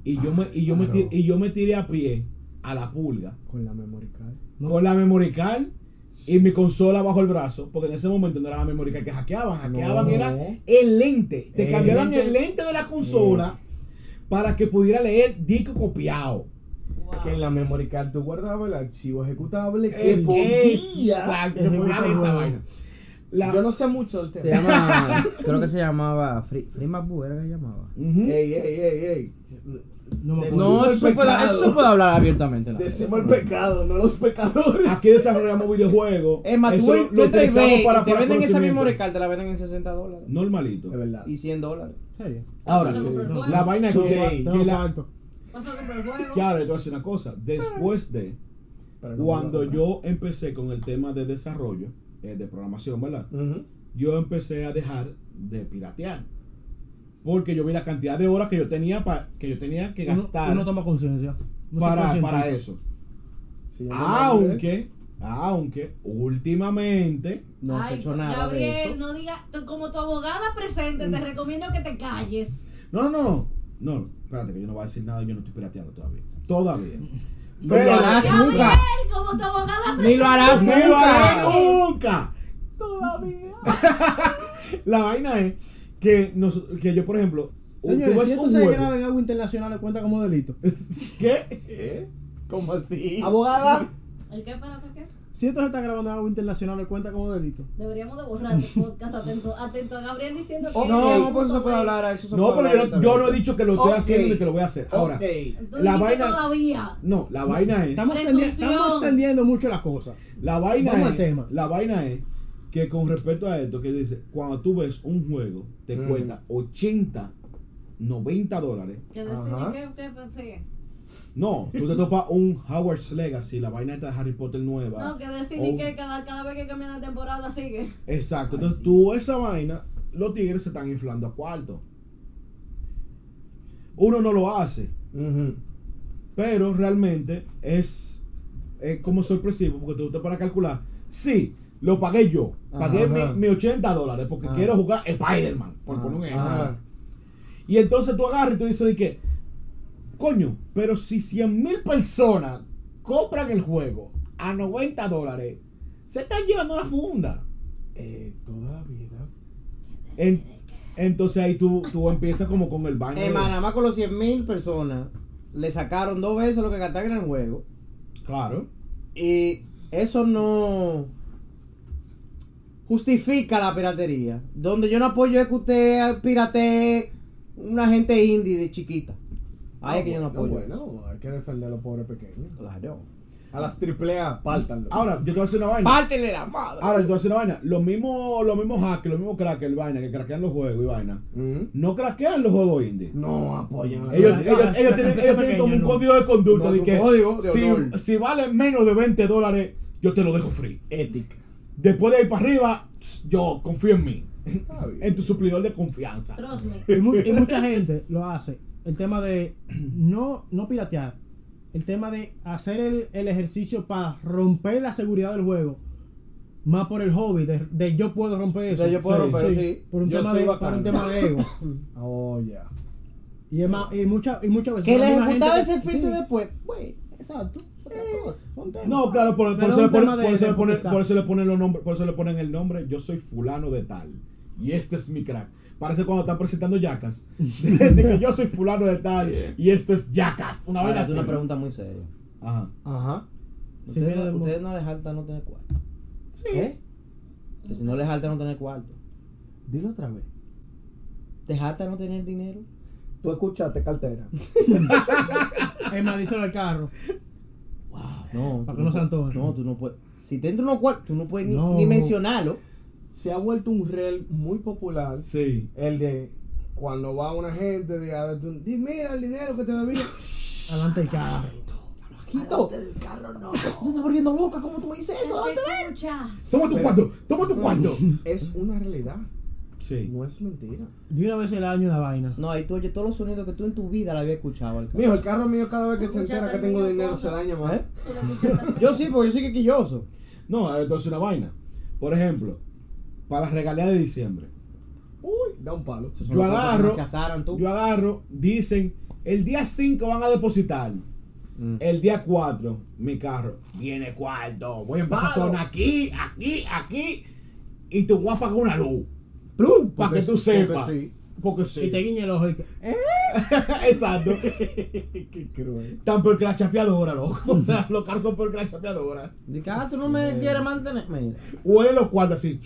Speaker 2: Y yo me y yo me tiré, y yo me tiré a pie a la pulga.
Speaker 6: Con la memory card.
Speaker 5: No.
Speaker 2: con la memory card y mi consola bajo el brazo, porque en ese momento no era la memory card que hackeaban, hackeaban
Speaker 6: No.
Speaker 2: era el lente, te
Speaker 6: El
Speaker 2: cambiaban
Speaker 6: lente.
Speaker 2: el lente de la consola para que pudiera leer disco copiado.
Speaker 3: Wow.
Speaker 6: Que en la memory card tú guardabas el archivo ejecutable que
Speaker 2: Eh,
Speaker 6: podía.
Speaker 2: Exacto, te
Speaker 5: ejecutar
Speaker 2: ponían esa
Speaker 5: juego.
Speaker 2: vaina. La-
Speaker 6: Yo no sé mucho del
Speaker 4: Se
Speaker 6: tema.
Speaker 4: llama, creo que se llamaba Free, Free Mapu, era que se llamaba.
Speaker 2: Ujú.
Speaker 6: Ey, ey, ey, ey.
Speaker 5: No me acuerdo.
Speaker 4: No,
Speaker 6: Decimos el
Speaker 4: eso se puede,
Speaker 6: pecado.
Speaker 4: eso se puede hablar abiertamente. en la
Speaker 6: Decimos el
Speaker 4: red.
Speaker 6: pecado, no los pecadores.
Speaker 2: Aquí desarrollamos videojuegos.
Speaker 4: Es más, tú,
Speaker 2: eso
Speaker 4: ves- tú
Speaker 2: lo
Speaker 4: entras y
Speaker 2: utilizamos
Speaker 4: ves, y te
Speaker 2: para
Speaker 4: venden esa
Speaker 2: conocimiento.
Speaker 4: misma recal, te la venden en 60 dólares.
Speaker 2: Normalito.
Speaker 6: Es verdad.
Speaker 4: Y 100 dólares. serio?
Speaker 2: Ahora,
Speaker 3: Eso
Speaker 2: sí,
Speaker 3: es súper bueno.
Speaker 2: la vaina es
Speaker 5: Tengo
Speaker 2: que,
Speaker 5: cuarto,
Speaker 2: que
Speaker 5: tengo
Speaker 2: la,
Speaker 5: cuarto.
Speaker 3: Pasó a comprar el juego.
Speaker 2: que ahora te voy a decir una cosa. Después de
Speaker 6: Pero no
Speaker 2: cuando
Speaker 6: me lo
Speaker 2: yo empecé con el tema de desarrollo, eh, de programación, ¿verdad?
Speaker 6: Ujú.
Speaker 2: yo empecé a dejar de piratear. Porque yo vi la cantidad de horas que yo tenía pa- que yo tenía que
Speaker 5: Uno-
Speaker 2: gastar
Speaker 5: Uno toma conciencia. No se
Speaker 2: para,
Speaker 5: concientiza.
Speaker 2: para eso.
Speaker 6: Sí,
Speaker 2: Aunque, aunque últimamente
Speaker 4: No se
Speaker 3: Ay,
Speaker 4: echó nada
Speaker 3: Gabriel,
Speaker 4: de eso.
Speaker 3: no digas, como tu abogada presente, te recomiendo que te calles.
Speaker 2: No, no, no. No, espérate, que yo no voy a decir nada, yo no estoy pirateando todavía. Todavía.
Speaker 7: Ni lo harás
Speaker 3: Gabriel,
Speaker 7: nunca.
Speaker 3: como tu abogada
Speaker 7: Ni lo harás
Speaker 2: ¡Ni Pues lo haré
Speaker 7: nunca.
Speaker 2: nunca! Todavía. La vaina es que, nos, que yo, por ejemplo, tú
Speaker 5: Señores,
Speaker 2: ves
Speaker 5: si esto
Speaker 2: un
Speaker 5: se
Speaker 2: huevo.
Speaker 5: graba en algo internacional, le cuenta como delito.
Speaker 2: ¿Qué? ¿Cómo así?
Speaker 4: Ah,
Speaker 6: Abogada.
Speaker 3: ¿El qué? Espérate, ¿qué?
Speaker 5: Si esto se está grabando en algo internacional, le cuenta como delito.
Speaker 3: Deberíamos de borrar tu podcast atento, atento a Gabriel diciendo que...
Speaker 7: No, pues eso se puede hablar. Eso se
Speaker 2: No,
Speaker 7: puede
Speaker 2: pero yo,
Speaker 7: hablar
Speaker 2: no- yo no he
Speaker 7: también.
Speaker 2: dicho que lo estoy
Speaker 6: Ok.
Speaker 2: haciendo ni que lo voy a hacer. Ahora,
Speaker 6: Ok.
Speaker 3: Tú
Speaker 2: La
Speaker 3: dijiste
Speaker 2: vaina-
Speaker 3: todavía.
Speaker 2: no, la vaina es.
Speaker 5: Estamos, extendi-
Speaker 3: Presunción.
Speaker 5: estamos extendiendo mucho las cosas.
Speaker 2: La vaina
Speaker 5: Vamos
Speaker 2: es,
Speaker 5: al tema.
Speaker 2: La vaina es que con respecto a esto que dice, cuando tú ves un juego, te
Speaker 6: Mm.
Speaker 2: cuesta 80, 90 dólares.
Speaker 3: Que decidí
Speaker 6: Ajá.
Speaker 3: que, que pues, sí.
Speaker 2: No, tú te topas un Howard's Legacy, la vaina esta de Harry Potter nueva.
Speaker 3: No, que decidí
Speaker 2: o-
Speaker 3: que cada, cada vez que cambia la temporada sigue.
Speaker 2: Exacto. Entonces tú esa vaina, los tigres se están inflando a cuarto. Uno no lo hace,
Speaker 6: Ujú.
Speaker 2: pero realmente es, es como sorpresivo porque tú te para calcular. Sí, lo pagué yo. Pagué
Speaker 4: Ajá.
Speaker 2: mis 80 dólares porque
Speaker 4: Ajá.
Speaker 2: quiero jugar Spider-Man, por poner un ejemplo.
Speaker 6: Ajá.
Speaker 2: Y entonces tú agarras y tú dices de que, coño, pero si 100 mil personas compran el juego a 90 dólares, se están llevando la funda.
Speaker 6: Eh, toda vida.
Speaker 2: En- entonces ahí tú, tú empiezas como con el baño. de-
Speaker 7: En Panamá con los 100.000 personas le sacaron dos veces lo que gastaron en el juego.
Speaker 2: Claro.
Speaker 7: Y eso no justifica la piratería. Donde yo no apoyo es que usted piratee una gente indie de chiquita. Ahí es que yo no
Speaker 6: Ah,
Speaker 7: apoyo. eso.
Speaker 6: Bueno, hay que defender a los pobres pequeños.
Speaker 7: Claro.
Speaker 6: A las triple A, pártanlo.
Speaker 2: Ahora, yo te voy a hacer una vaina.
Speaker 7: Pártele la madre.
Speaker 2: Ahora, yo te voy a hacer una vaina. Los mismos los mismos hackers, los mismos crackers, vaina, que craquean los juegos y vaina.
Speaker 6: Ujú.
Speaker 2: No craquean los juegos indie.
Speaker 6: No apoyan a
Speaker 2: Ellos,
Speaker 6: la- Ah,
Speaker 2: ellos-
Speaker 5: las-
Speaker 2: ellos
Speaker 5: las
Speaker 2: tienen,
Speaker 5: empresas
Speaker 2: ellos tienen
Speaker 5: pequeñas,
Speaker 2: como un
Speaker 5: no.
Speaker 2: código de conducta.
Speaker 7: No,
Speaker 2: de
Speaker 7: es un
Speaker 2: que
Speaker 7: código de
Speaker 2: si,
Speaker 7: honor.
Speaker 2: si vale menos de 20 dólares, yo te lo dejo free.
Speaker 6: ética.
Speaker 2: Después de ir para arriba, yo confío en mí.
Speaker 6: Está bien.
Speaker 2: En tu suplidor de confianza.
Speaker 3: Trust me.
Speaker 5: Y, mu- y mucha gente lo hace. El tema de no, no piratear. El tema de hacer el, el ejercicio para romper la seguridad del juego. Más por el hobby, de, de yo puedo romper eso.
Speaker 7: De yo puedo romper, sí.
Speaker 5: Por un
Speaker 6: Yo
Speaker 5: tema
Speaker 6: soy
Speaker 5: de,
Speaker 6: bacán.
Speaker 5: para un tema de ego.
Speaker 6: Oh, ya.
Speaker 5: Y, es más- y, mucha- y muchas veces.
Speaker 7: Que le
Speaker 5: hay una gente
Speaker 7: ejecutaba
Speaker 5: que-
Speaker 7: ese filtro
Speaker 5: sí. Eh,
Speaker 7: después. Güey, exacto. Otra cosa.
Speaker 5: Son temas.
Speaker 2: No, claro, por, por
Speaker 5: Pero
Speaker 2: eso,
Speaker 5: un
Speaker 2: le ponen,
Speaker 5: tema de-
Speaker 2: por eso le
Speaker 5: de
Speaker 2: ponen-
Speaker 5: conquistar.
Speaker 2: por eso le ponen los nombres, por eso le ponen el nombre, yo soy fulano de tal. Y este es mi crack. Parece cuando están presentando yacas. De, de que yo soy fulano de tal y esto es yacas. Una
Speaker 7: Ahora,
Speaker 2: vaina
Speaker 7: Ah, es
Speaker 2: así.
Speaker 7: una pregunta muy seria.
Speaker 2: Ajá.
Speaker 6: Ajá.
Speaker 5: Si
Speaker 7: ustedes,
Speaker 5: viene
Speaker 7: no,
Speaker 5: del
Speaker 7: ustedes no les falta no tener cuarto.
Speaker 2: Sí.
Speaker 7: ¿Eh? Que Si no les falta no tener cuarto.
Speaker 6: Dilo otra vez.
Speaker 7: ¿Te falta no tener dinero?
Speaker 6: Tú escuchaste cartera.
Speaker 5: Es más, díselo al carro.
Speaker 7: No.
Speaker 5: Para
Speaker 7: tú
Speaker 5: que no se
Speaker 7: pu-
Speaker 5: antoje.
Speaker 7: No, tú no puedes. Si te entra unos cuartos, tú no puedes ni,
Speaker 5: No.
Speaker 7: ni mencionarlo.
Speaker 6: Se ha vuelto un reel muy popular.
Speaker 2: Sí.
Speaker 6: El de cuando va una gente, de, a- tú- di, mira el dinero que te debía.
Speaker 5: Adelante el carro.
Speaker 7: Quito. del carro no. No estás volviendo loca, ¿cómo tú me dices eso?
Speaker 3: Te
Speaker 7: ¿Dónde ves?
Speaker 3: escucha.
Speaker 2: Toma tu cuarto, toma tu cuarto.
Speaker 6: es una realidad.
Speaker 2: Sí.
Speaker 6: No es mentira.
Speaker 5: De una vez el año una vaina.
Speaker 7: No, ahí tú oyes todos los sonidos que tú en tu vida la habías escuchado. al
Speaker 6: Mijo, el carro mío cada vez que se entera que tengo dinero se daña más.
Speaker 7: ¿Eh? Yo sí, porque yo soy quequilloso.
Speaker 2: No, entonces una vaina. Por ejemplo, para las regalías de diciembre.
Speaker 6: Uy, da un palo.
Speaker 7: Esos son
Speaker 2: Yo
Speaker 7: los cuartos que
Speaker 2: agarro-
Speaker 7: más Se asaran, tú.
Speaker 2: Yo agarro, dicen, el día 5 van a depositar. El día 4, mi carro viene cuarto. Voy a empezar a
Speaker 6: Palo.
Speaker 2: sonar aquí, aquí, aquí. Y te voy a apagar una luz.
Speaker 6: Plum.
Speaker 2: Para que
Speaker 6: Porque-
Speaker 2: tú sepas.
Speaker 6: porque sí.
Speaker 2: Porque sí.
Speaker 5: Y te guiñe el ojo y que, ¿eh?
Speaker 2: Exacto.
Speaker 6: Qué cruel.
Speaker 2: Tan peor que la chapeadora, loco. O sea, los carros son peor que la chapeadora.
Speaker 7: Dice que, ah, tú no me quieres mantener. Mira.
Speaker 2: Huele los cuartos así,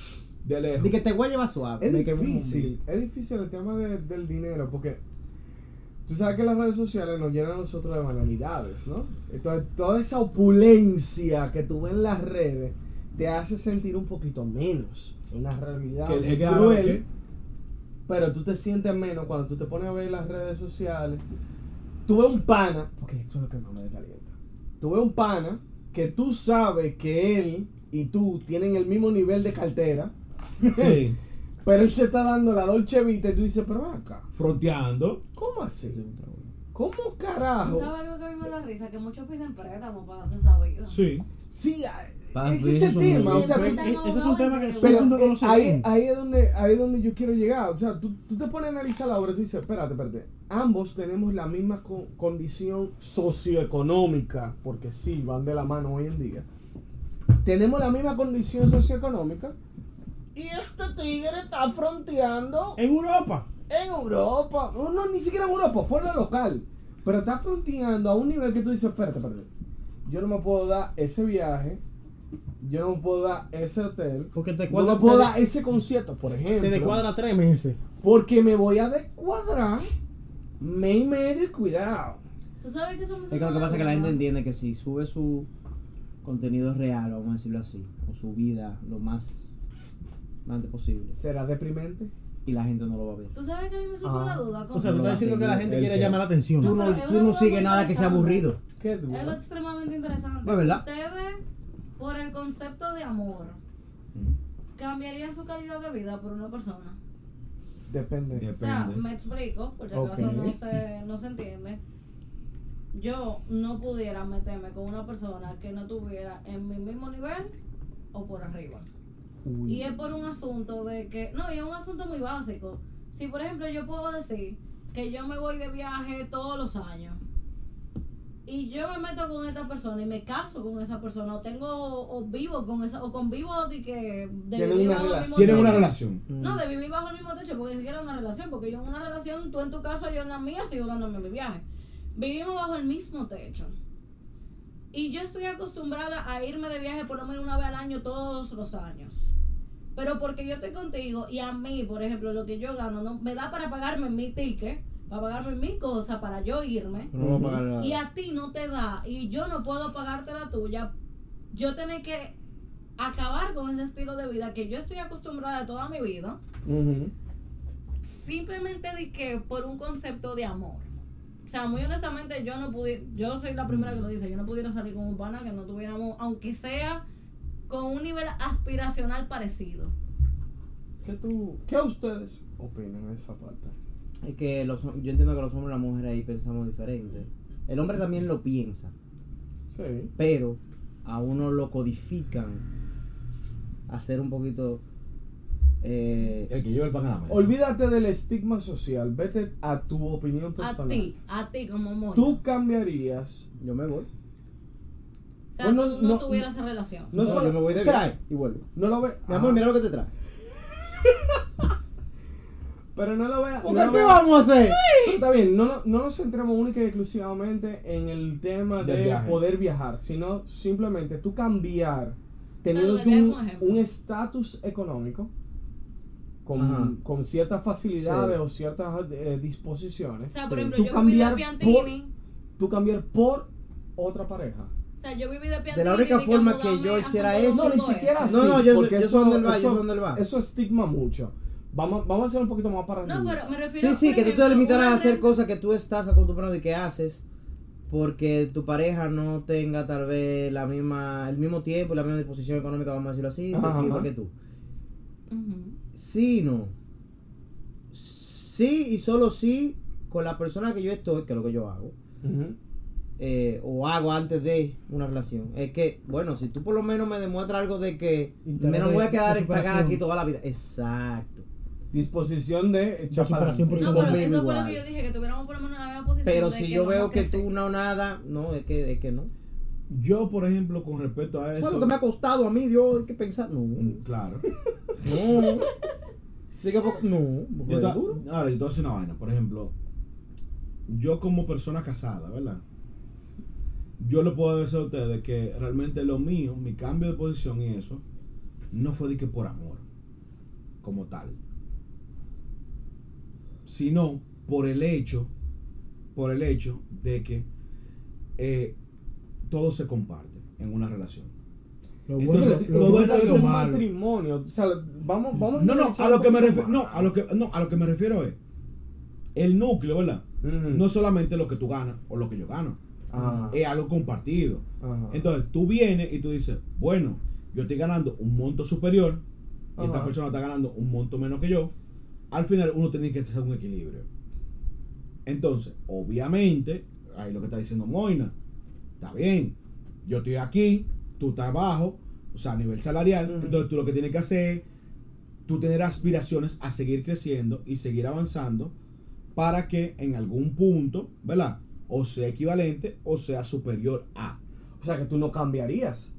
Speaker 2: de
Speaker 7: Dice
Speaker 2: lejos.
Speaker 7: que te voy a llevar suave.
Speaker 6: Es
Speaker 7: Me quemo un
Speaker 6: difícil, es difícil el tema de- del dinero porque tú sabes que las redes sociales nos llenan a nosotros de banalidades, ¿no? Entonces, toda esa opulencia que tú ves en las redes te hace sentir un poquito menos. Una realidad
Speaker 2: Que el jeque
Speaker 6: cruel,
Speaker 2: árabe,
Speaker 6: pero tú te sientes menos cuando tú te pones a ver las redes sociales. Tú ves un pana, porque esto es lo que más me calienta. Tú ves un pana que tú sabes que él y tú tienen el mismo nivel de cartera.
Speaker 2: Sí.
Speaker 6: Pero él se está dando la Dolce Vita y tú dices, pero ven acá,
Speaker 2: Fronteando.
Speaker 6: ¿cómo así?
Speaker 7: montón.
Speaker 6: ¿Cómo
Speaker 3: ¿Tú
Speaker 6: carajo?
Speaker 3: sabes algo que a mí me da risa? Que muchos piden préstamos para hacer esa vida.
Speaker 2: Sí.
Speaker 6: Sí, a-
Speaker 4: Paz,
Speaker 6: Ese es el
Speaker 4: besos,
Speaker 6: tema,
Speaker 4: besos.
Speaker 6: o sea, tú-
Speaker 3: Están
Speaker 5: Eh, esos son
Speaker 3: ahogados
Speaker 5: temas
Speaker 3: en
Speaker 5: que
Speaker 3: el
Speaker 5: todo el
Speaker 3: agua.
Speaker 5: mundo
Speaker 6: Pero eh,
Speaker 5: conoce
Speaker 6: ahí,
Speaker 5: bien.
Speaker 6: ahí es donde ahí es donde yo quiero llegar. O sea, tú, tú te pones a analizar la obra y tú dices, espérate, espérate. Ambos tenemos la misma co- condición socioeconómica, porque sí, van de la mano hoy en día. Tenemos la misma condición socioeconómica. Y este tigre está fronteando
Speaker 5: En Europa.
Speaker 6: en Europa. No, no, ni siquiera en Europa, pueblo local. Pero está fronteando a un nivel que tú dices, espérate, espérate. Yo no me puedo dar ese viaje. Yo no me puedo dar ese hotel.
Speaker 5: Porque te
Speaker 6: No
Speaker 5: cuadra-
Speaker 6: me puedo
Speaker 5: te-
Speaker 6: dar ese concierto, por ejemplo.
Speaker 5: Te descuadra tres meses.
Speaker 6: Porque me voy a descuadrar mes y medio y cuidado.
Speaker 3: Tú sabes que somos.
Speaker 4: Es que lo que pasa es que la gente entiende que si sube su contenido real, vamos a decirlo así, o su vida lo más, más antes posible,
Speaker 6: ¿Será deprimente?
Speaker 4: y la gente no lo va a ver.
Speaker 3: Tú sabes que a mí me surge una duda.
Speaker 5: O sea, tú
Speaker 4: No lo
Speaker 5: estás diciendo
Speaker 4: hace
Speaker 5: que la
Speaker 4: bien,
Speaker 5: gente
Speaker 4: él
Speaker 5: quiere
Speaker 4: que-
Speaker 5: llamar la atención.
Speaker 4: Tú
Speaker 3: No,
Speaker 4: no,
Speaker 3: pero es
Speaker 4: tú no
Speaker 3: una
Speaker 4: sigues
Speaker 3: duda
Speaker 4: nada que sea
Speaker 3: interesante.
Speaker 4: aburrido.
Speaker 6: Qué
Speaker 3: Es lo
Speaker 6: duro.
Speaker 3: extremadamente interesante.
Speaker 4: Pues, ¿verdad?
Speaker 3: Ustedes, por el concepto de amor, cambiarían su calidad de vida por una persona.
Speaker 6: Depende.
Speaker 3: O sea,
Speaker 2: Depende.
Speaker 3: me explico, por si
Speaker 6: Ok.
Speaker 3: acaso no, se, no se entiende. Yo no pudiera meterme con una persona que no tuviera en mi mismo nivel o por arriba. Y es por un asunto de que, no, y es un asunto muy básico. Si por ejemplo yo puedo decir que yo me voy de viaje todos los años y yo me meto con esta persona y me caso con esa persona o tengo o vivo con esa o convivo de que de
Speaker 6: Tienen
Speaker 3: vivir bajo
Speaker 6: una
Speaker 3: el mismo
Speaker 6: relación.
Speaker 2: Tienen una
Speaker 3: techo.
Speaker 2: relación.
Speaker 3: No, de vivir bajo el mismo techo, porque ni siquiera es una relación, porque yo en una relación, tú en tu casa, yo en la mía, sigo dándome mi viaje. Vivimos bajo el mismo techo. Y yo estoy acostumbrada a irme de viaje por lo menos una vez al año todos los años. Pero porque yo estoy contigo y a mí, por ejemplo, lo que yo gano, no me da para pagarme mi ticket, para pagarme mi cosa, para yo irme.
Speaker 4: No va a pagar
Speaker 3: Y
Speaker 4: nada.
Speaker 3: a ti no te da, y yo no puedo pagarte la tuya. Yo tengo que acabar con ese estilo de vida que yo estoy acostumbrada toda mi vida
Speaker 6: Ujú.
Speaker 3: simplemente de que por un concepto de amor. O sea, muy honestamente, yo no pude, yo soy la primera que lo dice, yo no pudiera salir con un pana que no tuviéramos, aunque sea con un nivel aspiracional parecido.
Speaker 6: ¿Qué, tú, ¿Qué ustedes opinan de esa parte?
Speaker 4: Es que los, hom- yo entiendo que los hombres y las mujeres ahí pensamos diferente. El hombre también lo piensa,
Speaker 6: Sí.
Speaker 4: pero a uno lo codifican a ser un poquito... eh,
Speaker 2: El que lleva el pan a la mesa.
Speaker 6: Olvídate del estigma social. Vete a tu opinión
Speaker 3: A
Speaker 6: personal.
Speaker 3: ti, a ti como amor.
Speaker 6: ¿Tú cambiarías?
Speaker 4: yo me voy.
Speaker 3: o sea,
Speaker 6: Bueno,
Speaker 3: tú no,
Speaker 6: no-
Speaker 3: tuvieras esa relación.
Speaker 6: No, solo-
Speaker 4: yo me voy de
Speaker 6: o sea,
Speaker 4: viaje Ah. y vuelvo.
Speaker 6: No lo ve.
Speaker 4: Mi amor, mira lo que te trae.
Speaker 6: Pero no lo veas.
Speaker 7: ¿Por qué qué vamos a hacer?
Speaker 6: Está bien, no, no- no nos centremos única y exclusivamente en el tema
Speaker 2: Del
Speaker 6: de
Speaker 2: viaje.
Speaker 6: poder viajar, sino simplemente tú cambiar, teniendo
Speaker 3: del
Speaker 6: tú
Speaker 3: viaje
Speaker 6: un-
Speaker 3: fue un ejemplo.
Speaker 6: un estatus económico
Speaker 4: Ajá.
Speaker 6: con, con ciertas facilidades
Speaker 4: Sí.
Speaker 6: o ciertas eh, disposiciones.
Speaker 3: o sea,
Speaker 4: sí.
Speaker 3: por ejemplo,
Speaker 6: Tú
Speaker 3: yo viví de
Speaker 6: cambiar
Speaker 3: Piantini.
Speaker 6: Tú cambiar por otra pareja.
Speaker 3: O sea, yo viví de Piantini.
Speaker 4: la única
Speaker 3: y dije,
Speaker 4: forma que
Speaker 3: mudarme
Speaker 4: yo
Speaker 3: a
Speaker 4: hiciera
Speaker 3: Santo
Speaker 4: eso-
Speaker 6: No,
Speaker 3: Domingo
Speaker 6: ni
Speaker 3: Este.
Speaker 6: siquiera así.
Speaker 4: No, no, yo-
Speaker 6: porque
Speaker 4: yo
Speaker 6: eso,
Speaker 4: soy del Valle,
Speaker 6: eso-
Speaker 4: soy del Valle.
Speaker 6: eso estigma mucho. Vamos, vamos a ser un poquito más para
Speaker 3: No,
Speaker 6: arriba.
Speaker 3: pero me refiero
Speaker 4: Sí, sí,
Speaker 3: por
Speaker 4: que tú te
Speaker 3: ejemplo,
Speaker 4: limitarás a
Speaker 3: una
Speaker 4: hacer
Speaker 3: vez-
Speaker 4: cosas que tú estás acostumbrado y que haces porque tu pareja no tenga tal vez la misma, el mismo tiempo y la misma disposición económica, vamos a decirlo así,
Speaker 6: Ajá,
Speaker 4: igual
Speaker 6: ajá.
Speaker 4: que tú.
Speaker 3: Ujú.
Speaker 4: Sino, sí y solo sí con la persona que yo estoy, que es lo que yo hago,
Speaker 6: Ujú.
Speaker 4: eh, o hago antes de una relación. Es que, bueno, si tú por lo menos me demuestras algo de que
Speaker 5: Interés
Speaker 4: me no voy a
Speaker 5: de-
Speaker 4: quedar
Speaker 5: de
Speaker 4: estancada
Speaker 5: superación.
Speaker 4: aquí toda la vida. Exacto.
Speaker 6: Disposición de echar para
Speaker 5: superación
Speaker 6: adelante.
Speaker 3: No,
Speaker 4: Yo
Speaker 3: pero
Speaker 4: convivo
Speaker 3: eso fue lo
Speaker 4: igual.
Speaker 3: que yo dije, que tuviéramos por lo menos la misma posición.
Speaker 4: Pero
Speaker 3: de
Speaker 4: si
Speaker 3: que
Speaker 4: yo
Speaker 3: vamos a
Speaker 4: veo que
Speaker 3: crecer.
Speaker 4: tú no nada, no, es que, es que no.
Speaker 2: Yo, por ejemplo, con respecto
Speaker 4: Eso
Speaker 2: a
Speaker 4: es
Speaker 2: eso.
Speaker 4: lo que me ha costado a mí, Dios, hay que pensar. No,
Speaker 2: Mm, Claro.
Speaker 4: no. Digo, porque- no, porque
Speaker 2: Yo
Speaker 4: es
Speaker 2: te-
Speaker 4: duro.
Speaker 2: ahora, yo te voy a decir una vaina. Por ejemplo, yo como persona casada, ¿verdad? Yo le puedo decir a ustedes que realmente lo mío, mi cambio de posición y eso, no fue de que por amor, como tal. Sino por el hecho, por el hecho de que eh, todo se comparte en una relación.
Speaker 5: Lo
Speaker 2: Eso
Speaker 5: bueno,
Speaker 2: es-
Speaker 5: lo
Speaker 2: todo
Speaker 5: bueno
Speaker 2: es
Speaker 5: y lo
Speaker 6: un
Speaker 5: malo.
Speaker 6: matrimonio. O sea, vamos, vamos
Speaker 2: No, no,
Speaker 6: analizar
Speaker 2: a lo
Speaker 6: un
Speaker 2: que me
Speaker 6: poquito
Speaker 2: refiero, no,
Speaker 6: más.
Speaker 2: a lo que, no, a lo que me refiero es el núcleo, ¿verdad?
Speaker 6: Ujú.
Speaker 2: No solamente lo que tú ganas o lo que yo gano,
Speaker 6: Ajá.
Speaker 2: es algo compartido.
Speaker 6: Ajá.
Speaker 2: Entonces tú vienes y tú dices, bueno, yo estoy ganando un monto superior y esta
Speaker 6: Ajá.
Speaker 2: persona está ganando un monto menos que yo. Al final uno tiene que hacer un equilibrio. Entonces, obviamente, ahí lo que está diciendo Moina, está bien, yo estoy aquí, tú estás abajo, o sea, a nivel salarial.
Speaker 6: Ujú.
Speaker 2: Entonces tú lo que tienes que hacer, tú tener aspiraciones a seguir creciendo y seguir avanzando para que en algún punto, ¿verdad? O sea equivalente o sea superior a.
Speaker 6: O sea que tú no cambiarías.